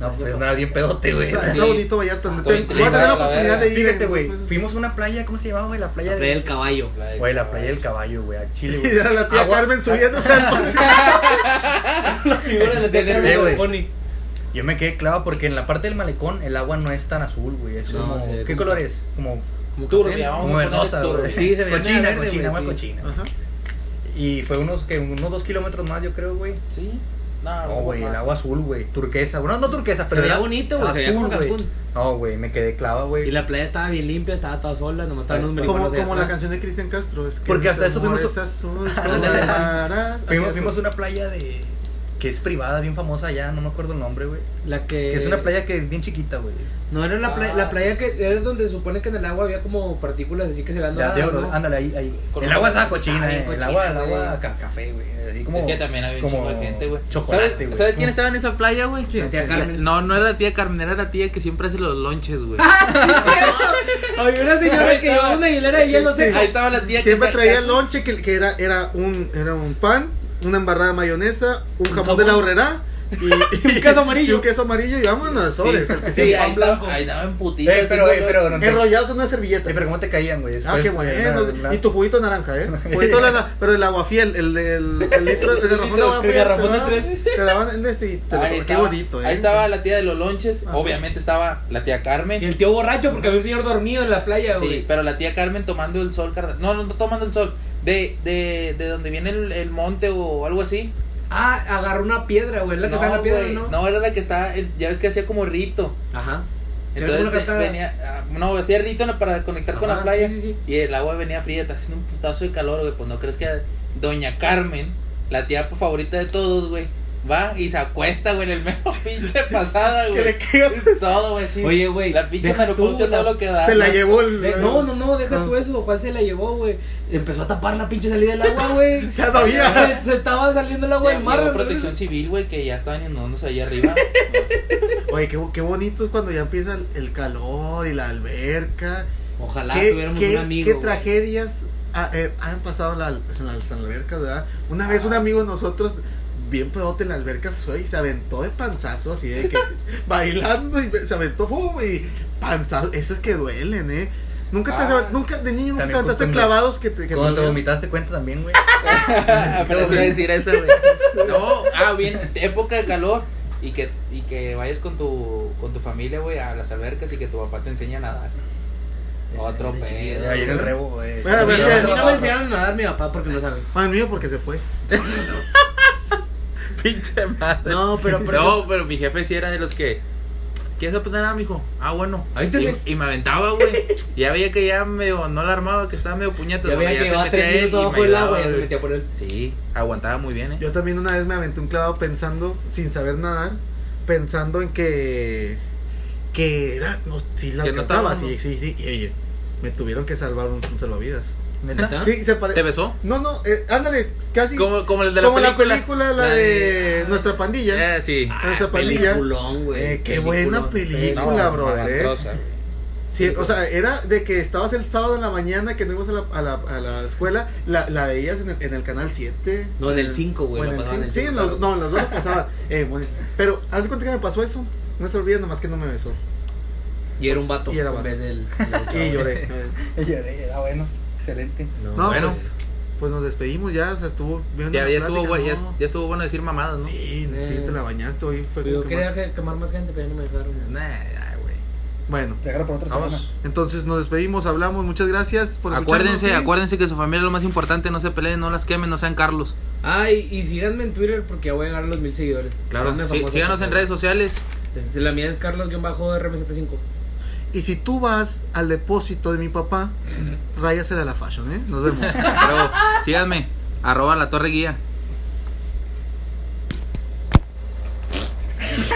Speaker 3: No, pues nada, bien pedote, güey.
Speaker 1: Está, está
Speaker 4: Sí.
Speaker 1: bonito Vallarta. Te-
Speaker 4: Estoy
Speaker 1: te- voy a tener la
Speaker 4: intrigado, la
Speaker 1: oportunidad
Speaker 4: verga.
Speaker 1: de ir.
Speaker 3: [LAUGHS] Fíjate, güey,
Speaker 1: después.
Speaker 3: fuimos a una playa, ¿cómo se llamaba, güey? La
Speaker 2: pues.
Speaker 3: playa
Speaker 2: La
Speaker 3: de...
Speaker 2: playa del
Speaker 4: [LAUGHS]
Speaker 2: caballo.
Speaker 3: Güey, la
Speaker 4: eh.
Speaker 3: playa del caballo, güey, a
Speaker 1: [LAUGHS]
Speaker 3: Chile,
Speaker 1: Y
Speaker 2: [LAUGHS]
Speaker 3: güey.
Speaker 1: era la tía
Speaker 3: Agua-
Speaker 1: Carmen subiéndose al
Speaker 2: La figura de
Speaker 4: Tener-
Speaker 2: Tener
Speaker 3: Eh, güey.
Speaker 2: Pony.
Speaker 3: Yo me quedé clavo porque en la parte del malecón el agua no es tan azul, güey. Es
Speaker 2: No,
Speaker 3: como...
Speaker 2: se ve
Speaker 3: ¿Qué
Speaker 2: como-
Speaker 3: color es? Como,
Speaker 2: Como
Speaker 4: Turbia,
Speaker 2: café, ¿no?
Speaker 4: vamos
Speaker 3: como
Speaker 4: a ponerle
Speaker 3: verdosa,
Speaker 4: turbo.
Speaker 3: güey.
Speaker 2: Sí, se veía
Speaker 3: Cochina,
Speaker 2: verde,
Speaker 3: cochina,
Speaker 2: güey,
Speaker 3: agua
Speaker 2: sí.
Speaker 3: cochina.
Speaker 1: Ajá.
Speaker 3: Y fue unos, que unos dos kilómetros más, yo creo, güey.
Speaker 4: Sí. No,
Speaker 3: No, güey, el
Speaker 4: más.
Speaker 3: agua azul, güey. Turquesa. Bueno, no turquesa,
Speaker 2: Ah, Se
Speaker 3: pero
Speaker 2: veía
Speaker 3: era
Speaker 2: bonito, güey, se veía
Speaker 3: azul,
Speaker 2: como
Speaker 3: güey.
Speaker 2: Cancún.
Speaker 3: No, güey, me quedé clava, güey.
Speaker 2: Y la playa estaba bien limpia, estaba toda sola, nomás estaban unos
Speaker 1: Como, como
Speaker 2: marihuanos allá
Speaker 1: la
Speaker 2: atrás.
Speaker 1: canción de Cristian Castro. Es que
Speaker 3: Porque
Speaker 1: mis
Speaker 3: hasta eso fuimos-
Speaker 1: amores azul,
Speaker 2: Ándale.
Speaker 1: claras,
Speaker 3: Fuimos,
Speaker 1: hacia
Speaker 3: fuimos a
Speaker 1: azul.
Speaker 3: una playa de... Que es privada, bien famosa allá, no me acuerdo el nombre, güey.
Speaker 2: La que...
Speaker 3: Que es
Speaker 4: Eh,
Speaker 3: una playa que es bien chiquita, güey.
Speaker 2: No, era la playa,
Speaker 4: Ah,
Speaker 2: la playa
Speaker 4: sí,
Speaker 2: que era donde se supone que en el agua había como partículas así que se vean
Speaker 3: Ya,
Speaker 2: doradas,
Speaker 3: de
Speaker 2: ¿no?
Speaker 3: oro, ándale, ahí, ahí.
Speaker 4: Con
Speaker 3: El
Speaker 4: una-
Speaker 3: agua estaba
Speaker 2: Ah,
Speaker 3: cochina,
Speaker 2: bien
Speaker 3: eh. El
Speaker 2: cochina,
Speaker 3: agua, el
Speaker 2: güey.
Speaker 3: agua ca- café, güey. eh, Así como...
Speaker 4: Es que también había un
Speaker 3: como
Speaker 4: chingo de gente, güey.
Speaker 3: chocolate,
Speaker 4: ¿Sabes,
Speaker 3: güey. Eh,
Speaker 4: ¿Sabes quién estaba en esa playa, güey?
Speaker 1: ¿Quién?
Speaker 2: La tía Carmen.
Speaker 4: No, no era la tía Carmen, era la tía que siempre hace los lonches, güey.
Speaker 2: [LAUGHS] Había una señora que llevaba una hilera y él no sé.
Speaker 4: Ahí estaba la tía
Speaker 1: Siempre
Speaker 4: que
Speaker 1: traía el lonche que, que era, era, un, era un pan, una embarrada de mayonesa, un jamón,
Speaker 2: jamón.
Speaker 1: de la horrera y, y-
Speaker 2: queso amarillo.
Speaker 1: y un queso amarillo y vámonos al sobres. el que
Speaker 4: Sí,
Speaker 1: siempre-
Speaker 4: ahí
Speaker 2: pan blanco.
Speaker 4: estaba, ahí estaba en putita.
Speaker 3: Eh, pero,
Speaker 4: así,
Speaker 3: eh, pero... no te-
Speaker 1: Enrollados en una servilleta.
Speaker 3: Eh, pero ¿cómo te caían, güey?
Speaker 1: Ah, qué
Speaker 3: Después,
Speaker 1: bueno.
Speaker 3: la- la-
Speaker 1: Y tu juguito de naranja, [LAUGHS] ¿eh? Juguito de la- pero el agua fiel, el, el, el litro, el garrafón de agua
Speaker 2: El
Speaker 1: fiel.
Speaker 2: garrafón
Speaker 1: te
Speaker 2: de
Speaker 1: daban-
Speaker 2: tres.
Speaker 1: Te daban en este y te lo
Speaker 4: Ahí
Speaker 1: Qué
Speaker 4: estaba,
Speaker 1: bonito, ¿eh?
Speaker 4: Ahí estaba la tía de los lonches.
Speaker 1: Ajá.
Speaker 4: Obviamente estaba la tía
Speaker 2: Ah, Y
Speaker 4: Carmen.
Speaker 2: el tío borracho porque había un señor dormido en la playa, güey.
Speaker 4: Sí, pero la tía Carmen tomando el sol, carnal. No, no, no tomando el sol. De, de, de donde viene el, el monte o algo así.
Speaker 2: Ah, agarró una piedra, güey. Es la que está en la piedra,
Speaker 4: güey,
Speaker 2: ¿no?
Speaker 4: no, era la que estaba. el- Ya ves que hacía como rito.
Speaker 2: Ajá. Era como
Speaker 4: Entonces
Speaker 2: una
Speaker 4: ve-
Speaker 2: cascada.
Speaker 4: venía. ah, No, hacía rito en la- para conectar con
Speaker 2: Ajá,
Speaker 4: la playa.
Speaker 2: Ah, sí, sí, sí.
Speaker 4: Y el agua venía fría. Está haciendo un putazo de calor, güey. Pues no crees que Doña Carmen, la tía favorita de todos, güey. Va y se acuesta, güey, en
Speaker 1: [LAUGHS]
Speaker 4: el mero pinche pasada, güey.
Speaker 1: Que le caiga-
Speaker 4: Todo, güey, sí.
Speaker 2: Oye, güey,
Speaker 4: La pinche
Speaker 2: deja
Speaker 4: menopausia
Speaker 2: tú, la-
Speaker 4: todo lo que da.
Speaker 1: Se la llevó el.
Speaker 2: De- no, no, no, deja
Speaker 1: Ah.
Speaker 2: tú eso. ¿Cuál se la llevó, güey? Empezó a tapar la pinche salida del agua, güey.
Speaker 1: [LAUGHS] Ya no había.
Speaker 2: Se, se estaba saliendo el
Speaker 4: Llegó-
Speaker 2: agua del mar.
Speaker 4: llegó
Speaker 2: güey.
Speaker 4: protección civil, güey, que ya estaban inundándose
Speaker 2: [LAUGHS]
Speaker 4: allá arriba.
Speaker 1: Oye, qué, qué bonito es cuando ya empieza el, el calor y la alberca.
Speaker 2: Ojalá
Speaker 1: ¿Qué,
Speaker 2: tuviéramos
Speaker 1: qué-
Speaker 2: un amigo.
Speaker 1: qué
Speaker 2: güey.
Speaker 1: tragedias ha- eh, han pasado en la, en la- en la alberca, verdad? Una vez
Speaker 2: Ah.
Speaker 1: un amigo de nosotros, bien pedote en la alberca, fue y se aventó de panzazo, así
Speaker 2: [LAUGHS]
Speaker 1: de que bailando y se aventó ¡fum! y panzazo. Eso es que duelen, ¿eh? Nunca te,
Speaker 4: Ah.
Speaker 1: nunca, de niño nunca te
Speaker 3: También
Speaker 1: aventaste
Speaker 3: costumbre.
Speaker 1: clavados que te. Que
Speaker 3: Cuando te
Speaker 1: dolían.
Speaker 3: vomitaste cuenta también, güey.
Speaker 4: Apenas iba Ah, a decir eso, güey. No, ah, bien, época de calor. Y que, y que vayas con tu, con tu familia, güey, a las albercas y que tu papá te enseñe a nadar. Otro pedo. pues,
Speaker 3: Ahí en el rebo, güey.
Speaker 1: Bueno, pero
Speaker 2: A
Speaker 1: es
Speaker 2: mí
Speaker 1: que-
Speaker 2: no- a mí no me enseñaron a nadar mi papá porque no sabe.
Speaker 4: [LAUGHS]
Speaker 1: Ay, mío, porque se fue.
Speaker 4: Pinche madre.
Speaker 2: No, pero, pero
Speaker 4: No, pero mi jefe sí era de los que. ¿Quieres aprender nada, mijo? Ah, bueno.
Speaker 2: Avíntese.
Speaker 4: Y, y me aventaba, güey. Ya veía que ya medio no la armaba, que estaba medio puñeta.
Speaker 2: ya
Speaker 4: güey,
Speaker 2: veía que llevaba
Speaker 4: metía
Speaker 2: tres
Speaker 4: él
Speaker 2: minutos
Speaker 4: y me
Speaker 2: abajo del
Speaker 4: ayudaba,
Speaker 2: agua y ya se
Speaker 4: güey.
Speaker 2: metía por él.
Speaker 4: Sí, aguantaba muy bien, ¿eh?
Speaker 1: Yo también una vez me aventé un clavado pensando, sin saber nadar, pensando en que. que era. No, sí, la
Speaker 4: Que no estaba,
Speaker 1: alcanzaba,
Speaker 4: ¿no?
Speaker 1: sí, sí, sí. Y oye, me tuvieron que salvar un, un salvavidas.
Speaker 3: ¿Neta?
Speaker 2: ¿Ah?
Speaker 1: Sí, se pare-
Speaker 4: ¿Te besó?
Speaker 1: No, no, eh, ándale, casi.
Speaker 4: Como, como el de la
Speaker 1: como la
Speaker 4: película.
Speaker 1: película, la de Nuestra Pandilla.
Speaker 4: Eh, sí.
Speaker 1: Ah, esa pandilla.
Speaker 2: peliculón, güey.
Speaker 1: Eh, qué
Speaker 2: Peliculón.
Speaker 1: buena película,
Speaker 4: No,
Speaker 1: brother. eh.
Speaker 4: desastrosa, güey.
Speaker 1: Sí, o sea,
Speaker 4: pues.
Speaker 1: era de que estabas el sábado en la mañana que no ibas a la, a la, a la escuela, la, la veías en el, en el canal 7.
Speaker 2: No, en el 5, güey,
Speaker 1: O en
Speaker 2: la
Speaker 1: el
Speaker 2: pasaban en el
Speaker 1: cinco. Sí, en
Speaker 2: 5,
Speaker 1: los, no, en los dos la pasaban. Eh, bueno, pero, haz de cuenta que me pasó eso. No se olvida nomás que no me besó.
Speaker 2: Y era un vato.
Speaker 1: Y era
Speaker 2: En
Speaker 1: vato. [LAUGHS]
Speaker 2: vez del.
Speaker 1: Y
Speaker 4: [LAUGHS]
Speaker 1: lloré. Eh,
Speaker 3: Lloré, era ah, bueno. Excelente.
Speaker 1: No,
Speaker 4: Bueno.
Speaker 1: pues, pues nos despedimos ya, o sea, estuvo bien.
Speaker 4: Ya,
Speaker 1: la
Speaker 4: ya, estuvo,
Speaker 1: plática,
Speaker 4: güey, ya,
Speaker 1: ¿no?
Speaker 4: ya estuvo bueno decir mamadas, ¿no?
Speaker 1: Sí, sí,
Speaker 2: Eh.
Speaker 1: te la bañaste hoy. Fue como
Speaker 2: Yo
Speaker 1: que
Speaker 2: quería
Speaker 1: más-
Speaker 2: que- quemar más gente, pero ya no me dejaron.
Speaker 4: Nah, nah, güey.
Speaker 1: Bueno,
Speaker 3: Te agarro por
Speaker 2: Pues
Speaker 3: otra
Speaker 4: Vamos.
Speaker 1: entonces nos despedimos, hablamos. Muchas gracias por
Speaker 4: Acuérdense,
Speaker 1: escucharnos, ¿sí?
Speaker 4: acuérdense que su familia es lo más importante, no se peleen, no las quemen, no sean Carlos.
Speaker 2: Ay, y síganme en Twitter porque ya voy a llegar a los mil seguidores.
Speaker 4: Claro,
Speaker 2: Hazme
Speaker 4: sí,
Speaker 2: famoso,
Speaker 4: síganos
Speaker 2: por
Speaker 4: en
Speaker 2: favor.
Speaker 4: redes sociales.
Speaker 2: Es- La mía es Carlos-RM75.
Speaker 1: Y si tú vas al depósito de mi
Speaker 4: [LAUGHS]
Speaker 1: papá, ráyasela a la fashion, ¿eh? Nos vemos.
Speaker 4: Pero síganme, arroba la torre guía.